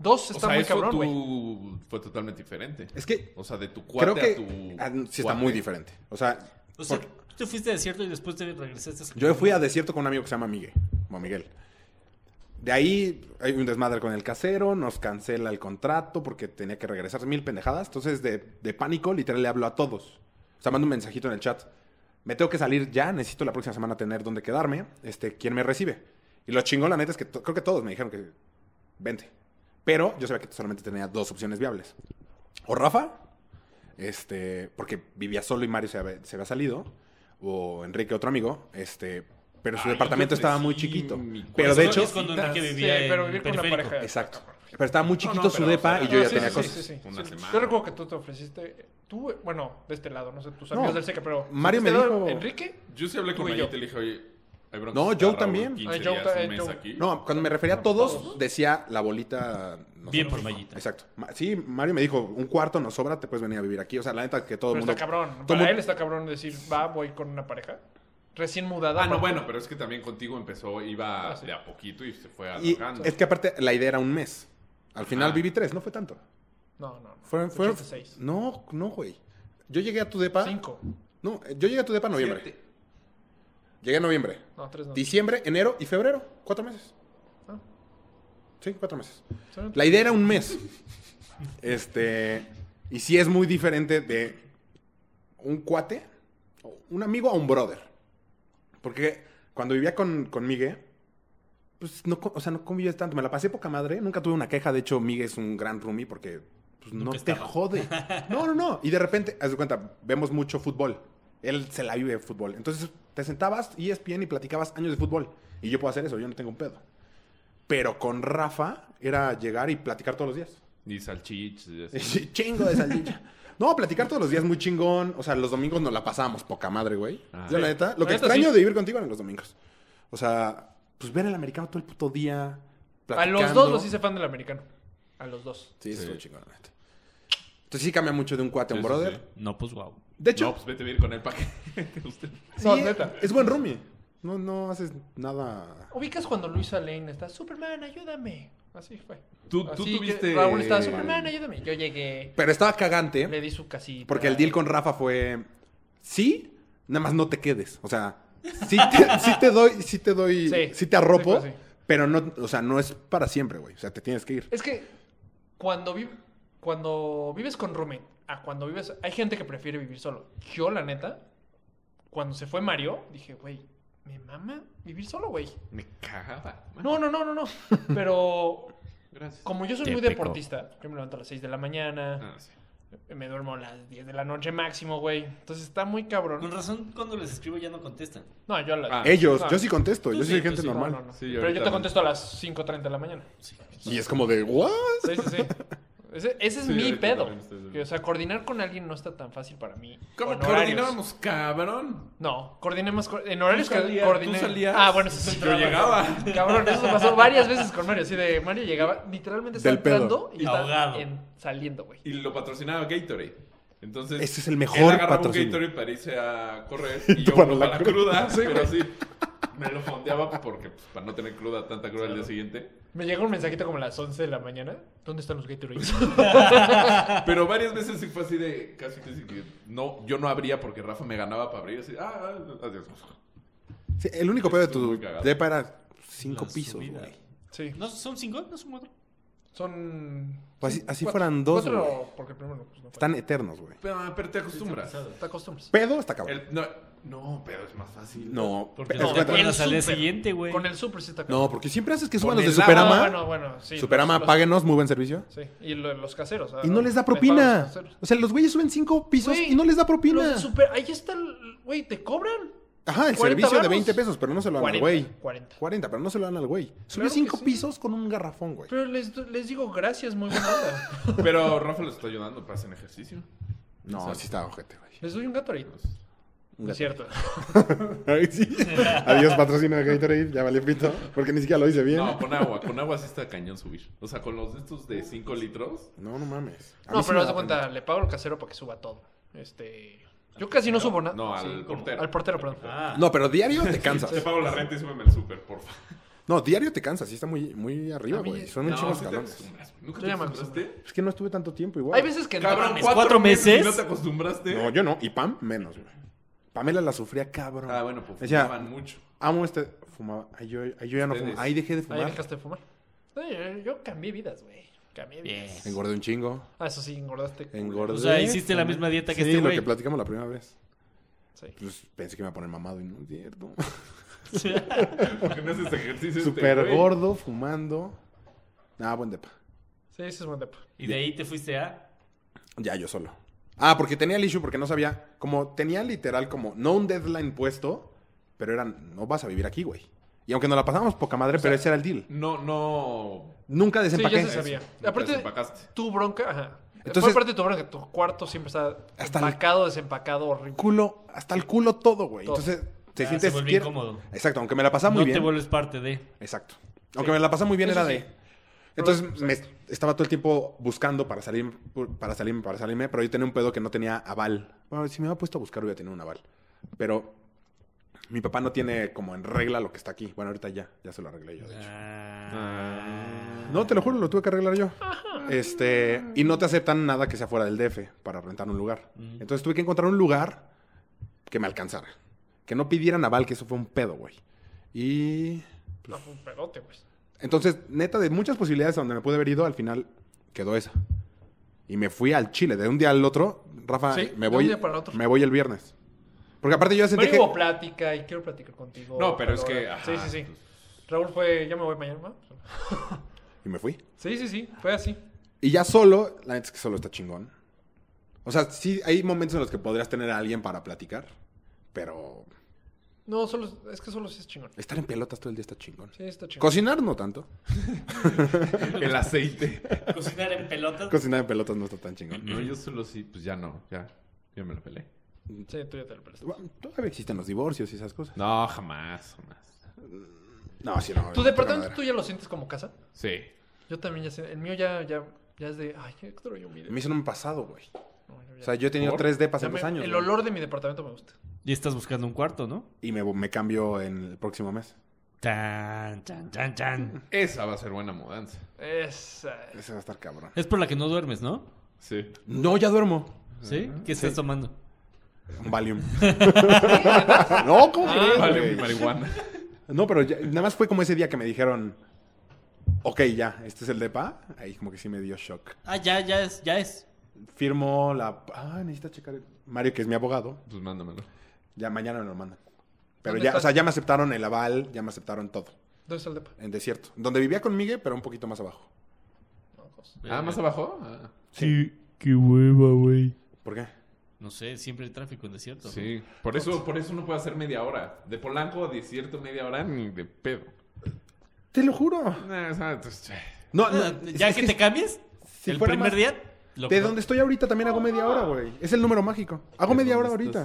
Dos
o
está
sea,
muy
eso
cabrón,
tú-
güey.
fue totalmente diferente.
Es que
O sea, de tu cuate
creo que
a tu.
ah, sí está
cuate.
muy diferente. O sea,
O sea,
por-
tú te fuiste a desierto y después te regresaste. a-
yo fui a desierto con un amigo que se llama Miguel, o Miguel. De ahí hay un desmadre con el casero, nos cancela el contrato porque tenía que regresar mil pendejadas. Entonces, de, de pánico, literal, le hablo a todos. O sea, mando un mensajito en el chat. Me tengo que salir ya, necesito la próxima semana tener dónde quedarme. Este, ¿quién me recibe? Y lo chingón, la neta, es que to- creo que todos me dijeron que vente. Pero yo sabía que solamente tenía dos opciones viables. O Rafa, este, porque vivía solo y Mario se había, se había salido, o Enrique, otro amigo, este, pero su
Ay,
departamento
yo te
estaba muy
ofrecí
chiquito.
mi
Pero
Eso
de
cuarto.
hecho,
es cuando
Sí,
Enrique vivía en
pero vivir con una
periférico.
pareja. Ah,
exacto. Pero estaba muy
No, no,
chiquito su
pero,
depa
o sea,
y yo ya
sí,
tenía
sí,
cosas.
sí, sí, sí.
Una
Sí,
semana.
Yo recuerdo que tú te ofreciste, tú, bueno, de este lado, no sé, tus amigos
No,
del SECA, pero...
Mario
¿te
me
da
dijo-
Enrique,
Yo sí hablé con
Tú y
ella y
yo.
te le dije, oye. hay broncas
No,
para
Joe
Raúl,
también.
15
Ay, Joe
días,
ta- eh,
un mes
Joe.
aquí.
No, cuando me refería a todos, decía la bolita. nos
Bien
sobra.
por Mayita.
Exacto. Ma- Sí, Mario me dijo, un cuarto nos sobra, te puedes venir a vivir aquí. O sea, la neta que todo
pero
el mundo.
está cabrón.
todo el
Para
mundo-
él está cabrón decir, va, voy con una pareja. Recién mudada.
Ah, no,
aparte.
bueno, pero es que también contigo empezó, iba
Ah, sí.
de a poquito y se fue
Y
alargando.
es que aparte, la idea era un mes. Al final
Ajá.
viví tres, no fue tanto.
No, no, no.
Fueron, fueron-
Echaste seis.
No, no, güey. Yo llegué a tu depa.
Cinco.
No, eh, yo llegué a tu depa en noviembre. Llegué en noviembre.
No, tres no.
Diciembre, enero y febrero. Cuatro meses.
Ah.
Sí, cuatro meses.
Son-
La idea era un mes. Este. Y sí es muy diferente de un cuate, o un amigo a un brother. Porque cuando vivía con, con Migue, pues no, co- o sea, no convivías tanto. Me la pasé poca madre, nunca tuve una queja. De hecho, Migue es un gran roomie porque pues, no
Nunca
te
estaba.
jode. No, no, no. Y de repente, haz de cuenta, vemos mucho fútbol. Él se la vive de fútbol. Entonces te sentabas y E ESPN y platicabas años de fútbol. Y yo puedo hacer eso, yo no tengo un pedo. Pero con Rafa era llegar y platicar todos los días.
Y salchichas y así.
Sí, Chingo de salchicha. No, platicar todos los días muy chingón. O sea, los domingos nos la pasábamos poca madre, güey.
Ah.
Yo, la neta, lo
La
que
neta,
extraño
sí.
de vivir contigo eran los domingos. O sea, pues ver el americano todo el puto día.
A
Platicando.
los dos los hice fan del americano. A los dos.
Sí, eso
Sí.
estuvo chingón, la neta. Entonces sí cambia mucho de un cuate a un
Sí, sí,
brother.
sí.
No, pues wow.
De hecho,
No, pues vete a vivir con él para que usted.
sí,
pues, no, neta.
es buen roomie. No, no haces nada.
Ubicas cuando Luisa Lane está, Superman, ayúdame. Así fue.
Tú, tú
Así que
tuviste.
Raúl estaba, Superman, ayúdame. Yo llegué,
Pero estaba cagante.
le di su casita.
Eh, Porque el deal con Rafa fue, sí, nada más no te quedes. O sea, sí te, sí te doy, sí te doy, sí,
Sí,
te arropo,
sí fue así.
pero no, o sea, no es para siempre, güey. O sea, te tienes que ir.
Es que cuando, vi- cuando vives con roommate, a cuando vives. Hay gente que prefiere vivir solo. Yo, la neta, cuando se fue Mario, dije, güey, me mama vivir solo, güey.
Me cagaba.
No, no, no, no, no. Pero
Gracias.
como yo soy muy deportista, yo me levanto a las 6 de la mañana,
Ah, sí.
me duermo a las 10 de la noche máximo, güey. Entonces está muy
Con
cabrón.
razón, cuando les escribo ya no contestan.
No, yo a las.
Ah,
Ellos,
no.
yo sí contesto,
Tú
yo
sí,
soy
tú
gente
sí, no,
normal.
No, no, no.
Sí,
Pero yo
ahorita
te
no.
contesto a las 5.30 de la mañana.
Y es como de, ¿what?
Sí, sí, sí. Ese, ese es
Sí,
mi
ahorita
pedo.
también estoy de-
Que, o sea, coordinar con alguien no está tan fácil para mí.
¿Cómo
Con horarios.
coordinábamos, cabrón?
No, coordiné más. co- En horarios
Tú
que
salías,
coordiné.
tú salías.
Ah, bueno, eso sí.
Yo llegaba.
Cabrón, eso pasó varias veces con Mario. Así de Mario llegaba, literalmente está
Del pedo.
entrando y está
Ahogado.
en- saliendo, güey.
Y lo patrocinaba Gatorade. Entonces.
Ese es el mejor
Él agarraba
patrocinio.
un Gatorade para irse a correr. Y
tú
yo
para
para,
la
la
cruda.
cruda. pero así. Me lo fondeaba porque, pues, para no tener cruda, tanta cruda el día siguiente.
Me llegó un mensajito como a las 11 de la mañana. ¿Dónde están los Gatorades?
Pero varias veces sí fue así de casi casi que no, yo no abría porque Rafa me ganaba para abrir así. Ah, ah, adiós.
Sí, el único pedo de
Estuvo
tu
muy cagado.
depa era cinco
La
pisos,
subida.
güey.
sí.
¿No son cinco? ¿No son cuatro?
Son.
Pues así- así
cuatro-
fueran dos,
Cuatro,
güey.
porque primero pues, no fue.
Están eternos, güey.
Pero, pero ah, te acostumbras.
Te acostumbras.
Pedo está cabrón.
El- no, No, pero es más fácil.
No,
Porque
es
no te
que-
con el
acuerdas al día
súper.
siguiente, güey.
Con el super sí está cabrón.
no, porque siempre haces que suban
Con
los de
el agua,
Superama.
Ah, bueno, bueno, sí.
Superama,
los- los-
páguenos, muy buen servicio.
Sí, y lo- los caseros. ah,
Y no les da
pagan los
propina.
caseros.
O sea, los güeyes suben cinco pisos
Güey,
y no les da
Los
propina.
de super, ahí está el. Güey, te cobran.
Ajá, el
40
servicio de
varos.
20 pesos, pero no se lo dan al
40,
güey.
40.
40, pero no se lo dan al güey. Subió
que
cinco
sí.
pisos con un garrafón, güey.
Pero les, les digo gracias, muy buena onda.
Pero Rafa les está ayudando para hacer ejercicio.
No,
Exacto.
sí está ojete, güey.
les doy un Gatorade. No es cierto.
Ay, sí. Adiós, patrocino de Gatorade, ya valió pito, porque ni siquiera lo hice bien.
No, con agua. Con agua sí está cañón subir. O sea, con los de estos de 5 litros.
No, no mames. A mí
No,
sí
pero
me
haz
da
de cuenta,
pena.
le pago al casero para que suba todo. Este. Yo casi no subo nada.
No, al
Sí, como-
portero.
Al portero, perdón.
Ah,
No, pero diario te cansas.
Te pago la renta y súbeme el súper, porfa.
No, diario te cansas, sí está muy, muy arriba,
A mí-
güey. Son un chingo
no,
de
sí te
escalones.
acostumbras. ¿Nunca
Yo
te
ya me
acostumbraste?
Es que no estuve tanto tiempo igual.
Hay veces que no.
Cabrón,
mames,
cuatro,
¿cuatro
meses.
meses?
y ¿No te acostumbraste?
No, yo no. Y Pam, menos, güey. Pamela la sufría cabrón.
Ah, bueno, pues
Decía,
fumaban mucho.
amo este... Fumaba. Ay, yo, ay, yo ya no fumo.
Ustedes.
Ahí dejé de
Ahí
fumar.
dejaste de fumar. Sí, yo- Yo cambié vidas, güey. Cambié
bien.
vidas.
Engordé un chingo.
Ah, eso sí, engordaste.
Engordé.
O sea, hiciste la misma dieta que
sí,
este
lo
güey.
que platicamos la primera vez.
Sí.
Pues pensé que me iba a poner mamado y no es cierto.
Porque no haces ejercicio. este
Súper
güey?
gordo, fumando. Ah, buen depa.
Sí, ese es buen depo.
Y de ahí te fuiste a...
Ya, yo solo. Ah, porque tenía el issue, porque no sabía. Como tenía literal, como, no un deadline puesto, pero era, no vas a vivir aquí, güey. Y aunque nos la pasábamos poca madre, pero ese era el deal.
No, no.
Nunca
Sí, ya
desempaqué.
se sabía.
Nunca
Aparte,
desempacaste.
tu bronca, ajá.
Entonces-
Fue parte de tu bronca. Tu cuarto siempre está
Hasta el-
empacado, desempacado, horrible.
culo, hasta el culo todo, güey.
Todo.
Entonces, te
Ya, Ah,
sientes
se vuelve
quiero-
incómodo.
Exacto, aunque me la pasaba muy
no
bien.
te vuelves parte de...
Exacto. Aunque me la pasaba muy bien
Eso
era
sí.
de entonces
Exacto.
me estaba todo el tiempo buscando para salir, para salirme, para salirme, pero yo tenía un pedo que no tenía aval. Bueno, si me hubiera puesto a buscar hubiera tenido un aval. Pero mi papá no tiene como en regla lo que está aquí. Bueno, ahorita ya, ya se lo arreglé yo, de
Ah.
hecho.
Ah.
No, te lo juro, lo tuve que arreglar yo. Este, y no te aceptan nada que sea fuera del DF para rentar un lugar.
Mm.
Entonces tuve que encontrar un lugar que me alcanzara. Que no pidieran aval, que eso fue un pedo, güey. Y
No, fue un pedote, güey.
entonces, neta, de muchas posibilidades a donde me pude haber ido, al final quedó esa. Y me fui al Chile, de un día al otro. Rafa,
Sí,
me
de
voy
un día para otro.
me voy el viernes. Porque aparte yo ya sentí
Pero
que
hubo plática y quiero platicar contigo.
No, pero es que.
Oh, Sí,
ajá,
sí, sí.
pues,
Raúl fue, ya me voy mañana.
y me fui.
Sí, sí, sí, fue así.
Y ya solo, la neta es que solo está chingón. O sea, sí hay momentos en los que podrías tener a alguien para platicar, pero
No, solo, es que solo sí es chingón.
estar en pelotas todo el día está chingón.
Sí, está chingón.
Cocinar no tanto.
pues, El aceite.
Ah.
Cocinar en pelotas.
Cocinar en pelotas no está tan chingón.
No, yo solo sí, pues ya no. Ya. Yo me lo pelé.
Sí, tú ya te lo prestas.
Bueno, Todavía existen los divorcios y esas cosas.
No, jamás, jamás.
No, sí, no.
¿Tu
no,
departamento
pero
tú ya lo sientes como casa?
Sí.
Yo también ya sé. El mío ya, ya, ya es de. Ay, qué extraño mi
A mí eso no me ha pasado, güey.
No, yo ya-
O sea, yo he tenido
¿Por?
tres depas
ya
en
me-
dos años.
El
güey.
olor de mi departamento me gusta.
Y estás buscando un cuarto, ¿no?
Y me, me cambio en el próximo mes.
Tan, tan, tan, tan.
Esa va a ser buena mudanza.
Esa.
Ese va a estar cabrón.
Es por la que no duermes, ¿no?
Sí.
No, ya duermo.
¿Sí? ¿Qué estás tomando?
Un Valium. no, ¿cómo crees,
Vale,
güey?
marihuana.
No, pero ya- nada más fue como ese día que me dijeron, ok, ya, este es el depa. Ahí como que sí me dio shock.
Ah, ya, ya es, ya es.
Firmo la... Ah, necesito checar. el- Mario, que es mi abogado,
Pues mándamelo.
ya mañana me lo mandan. Pero
¿Dónde
ya,
estás?
o sea, ya me aceptaron el aval, ya me aceptaron todo.
¿Dónde está el depa?
En desierto. Donde vivía con Miguel, pero un poquito más abajo.
No, pues,
Ah, más abajo. Ah,
Sí.
Qué hueva, güey.
¿Por qué?
No sé, siempre hay tráfico en desierto.
sí. Por eso, por eso no puede hacer media hora. De Polanco a desierto media hora ni de pedo.
Te lo juro.
Nah, o sea, pues, entonces,
No,
Ah,
no,
ya
es
que, te cambies,
si
el
fuera
primer
más-
día. lo-
De donde estoy ahorita también hago media hora, güey. Es el número mágico. Hago media hora ahorita.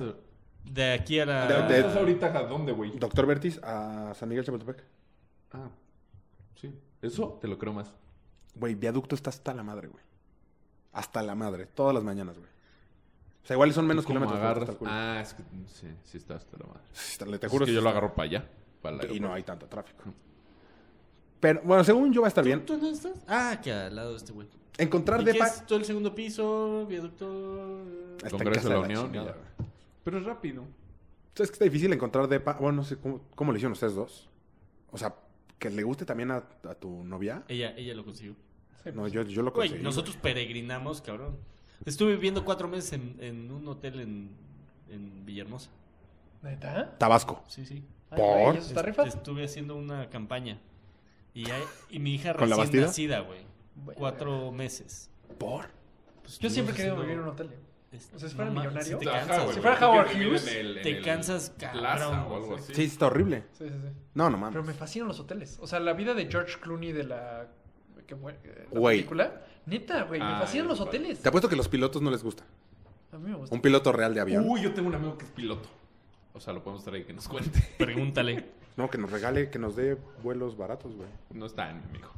de aquí a la.
De- de-
¿Estás ahorita a dónde, güey?
Doctor Bertis a San Miguel Chapultepec.
Ah, sí. Eso te lo creo más.
Güey, viaducto está hasta la madre, güey. Hasta la madre. Todas las mañanas, güey. O sea, igual son menos
¿Cómo
kilómetros. pero
agarras?
está el culo.
Ah, es que sí, sí está hasta la madre.
Sí, está- le- te
Es
juro
que
sí
yo lo
está.
agarro para allá. Para la
Y no hay tanto tráfico. Pero, bueno, según yo va a estar bien.
¿Tú dónde estás? Ah, que al lado de este güey.
Encontrar
¿Y qué
depa...
es? Todo el segundo piso, viaducto.
Está en
Congreso
casa
de la
la
Unión y
chingada,
ya.
güey.
Pero es rápido.
O sea, es que está difícil encontrar depa... Bueno, no sé, ¿cómo, cómo le hicieron ustedes dos? O sea, que le guste también a, a tu novia.
Eh,
Ella, ella lo consiguió.
pues,
No, yo, yo lo
Güey,
conseguí.
nosotros peregrinamos, cabrón. Estuve viviendo cuatro meses en, en un hotel en, en Villahermosa.
güey.
¿Neta?
Tabasco.
Sí, sí.
Ay,
¿Por?
güey, ¿eso está
Est-
rifa?
Estuve haciendo una campaña. Y, hay- y mi hija
¿Con la
recién
Bastida?
nacida, güey.
Bueno.
Cuatro meses.
¿Por?
Pues
Yo siempre he
estuvimos
querido
haciendo-
vivir en un hotel. ¿eh?
este,
O sea, si fuera
no mames,
millonario.
Te
Ajá,
cansas,
güey.
Si
güey.
fuera Howard Hughes,
te cansas, cabrón,
o algo
güey.
así.
Sí, está horrible.
Sí, sí, sí.
No, no mames.
Pero me fascinan los hoteles. O sea, la vida de George Clooney de la, que fue- eh, la
Güey.
película. Neta, güey, me
Ay,
fascinan los
güey.
hoteles.
Te apuesto que los pilotos no les gusta.
A mí me gusta.
Un piloto real de avión.
Uy, yo tengo un amigo que es piloto. O sea, lo podemos traer y que nos cuente.
Pregúntale.
No, que nos regale, que nos dé vuelos baratos, güey.
No está mi amigo.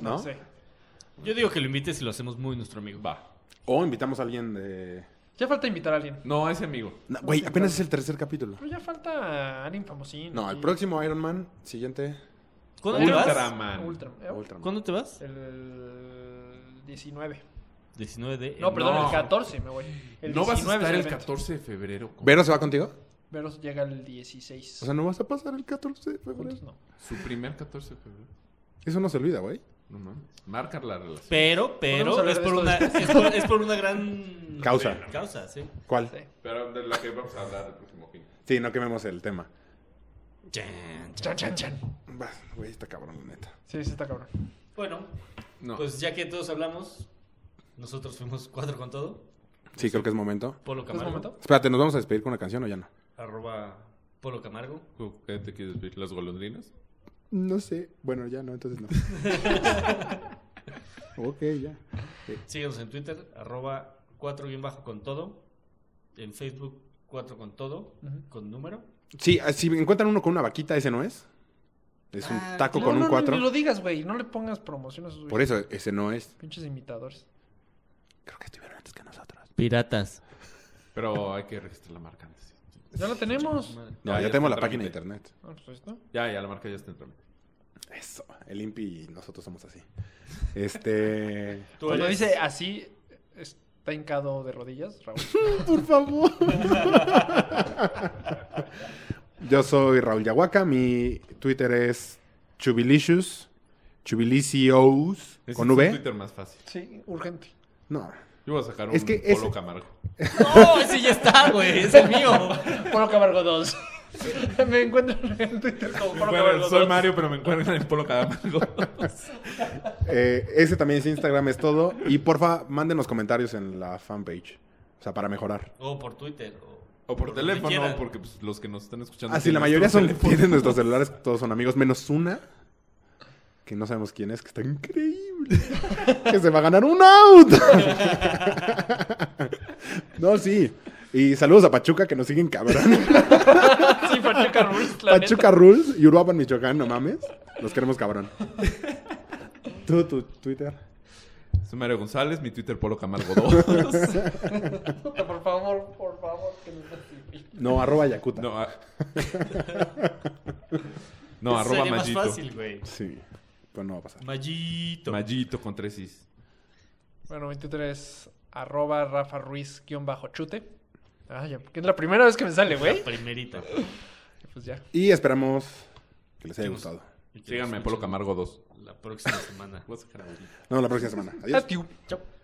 ¿No?
No sé.
Yo digo que lo invites y lo hacemos muy nuestro amigo. Va.
O invitamos a alguien de.
Ya falta invitar a alguien.
No, ese amigo.
No, güey, apenas es el tercer capítulo.
Pero ya falta alguien famosín.
No, el
Sí.
próximo Iron Man, siguiente
¿Cuándo te vas?
Ultraman.
Ultraman. ¿eh?
Ultraman.
¿Cuándo te vas?
El 19.
19 de...
No, perdón,
no.
el 14 me voy. El
no vas a
19
estar
es
el
evento.
14 de febrero. con-
¿Vero se va contigo?
Veros llega el 16.
O sea, no vas a pasar el 14 de febrero.
Juntos no.
Su primer 14 de febrero.
Eso no se olvida, güey.
No mames. Marca la relación.
Pero,
Podemos
pero,
hablar
es
de
por,
esto
una, es, por, es por una gran...
Causa.
Causa, sí.
¿Cuál?
Sí.
Pero de la que vamos a hablar el próximo fin.
Sí, no quememos el tema.
Chan, chan.
Chan, chan, chan.
Vas, Güey, está cabrón, la neta.
Sí, sí, está cabrón.
Bueno,
No.
pues ya que todos hablamos, nosotros fuimos cuatro con todo.
Sí, creo que es momento.
Polo
¿Es
Camargo.
momento?
Espérate, ¿nos vamos a despedir con una canción o ya no?
Arroba Polo Camargo.
¿Qué eh, te quieres ver? ¿Las golondrinas?
No sé. Bueno, ya no, entonces no. ok, ya.
Síguenos en Twitter, arroba 4 bien bajo con todo. En Facebook, 4 con todo,
Ujú.
con número.
Sí, ah, si encuentran uno con una vaquita, ese no es. Es un
Ah,
taco
No,
con
no,
un
no,
cuatro.
ni lo digas, güey. No le pongas promoción a sus
Por eso, ese no es.
pinches imitadores.
Creo que estuvieron antes que nosotros.
Piratas.
Pero hay que registrar la marca antes.
Ya la tenemos.
No,
Ya,
ya,
Ah, ya
tenemos la
está en
página de
trámite.
internet.
Ah, pues ahí está.
Ya, ya, la marca ya está en trámite.
Eso, el Impi y nosotros somos así. Este.
Cuando dice así, está hincado de rodillas, Raúl.
Por favor. Yo soy Raúl Yahuaca. Mi Twitter es Chubilicious. Chubilicious.
Ese
Con
es un
V.
Twitter más fácil.
Sí, urgente.
No.
Yo voy a sacar un
Es que
polo
ese-
Camargo.
¡No! Ese ya está, güey. Es el mío.
Polo Camargo 2. Me encuentran en Twitter como Polo
Bueno,
Camargo 2.
soy Mario, pero me encuentran en Polo Camargo.
Eh, ese también es Instagram, es todo. Y porfa, mándenos comentarios en la fanpage. O sea, para mejorar.
O por Twitter. O,
O por
donde quieran.
teléfono, porque pues, los que nos están escuchando.
Así, Ah, la
tienen
mayoría
nuestro
son,
teléfono.
tienen nuestros celulares, todos son amigos, menos una. Que no sabemos quién es, que está increíble. que se va a ganar un auto. no, sí. Y saludos a Pachuca, que nos siguen cabrón.
Sí, Pachuca Rules, la
Pachuca Rules y Uruapan, Michoacán, no mames. Los queremos cabrón. Tú, tu Twitter.
Soy Mario González, mi Twitter Polo Camargo 2.
neta. Puta, Por favor, por favor, que me clasifiquen.
No, arroba Yakuta.
No, a- no
Ese
arroba
sería
Mallito.
más fácil, güey.
Sí, pero no va a pasar.
Mallito.
Mallito con tres is.
Bueno, 23 arroba Rafa Ruiz guión bajo chute. Ah, ya, porque es la primera vez que me sale, güey.
Primerita.
Pues ya.
Y esperamos que les haya gustado.
Y que
Síganme
nos
Polo
escuchen
Camargo 2.
La próxima semana.
Voy a sacar ahorita.
Ah,
Nos vemos la próxima semana. Adiós.
Adiós. Chao.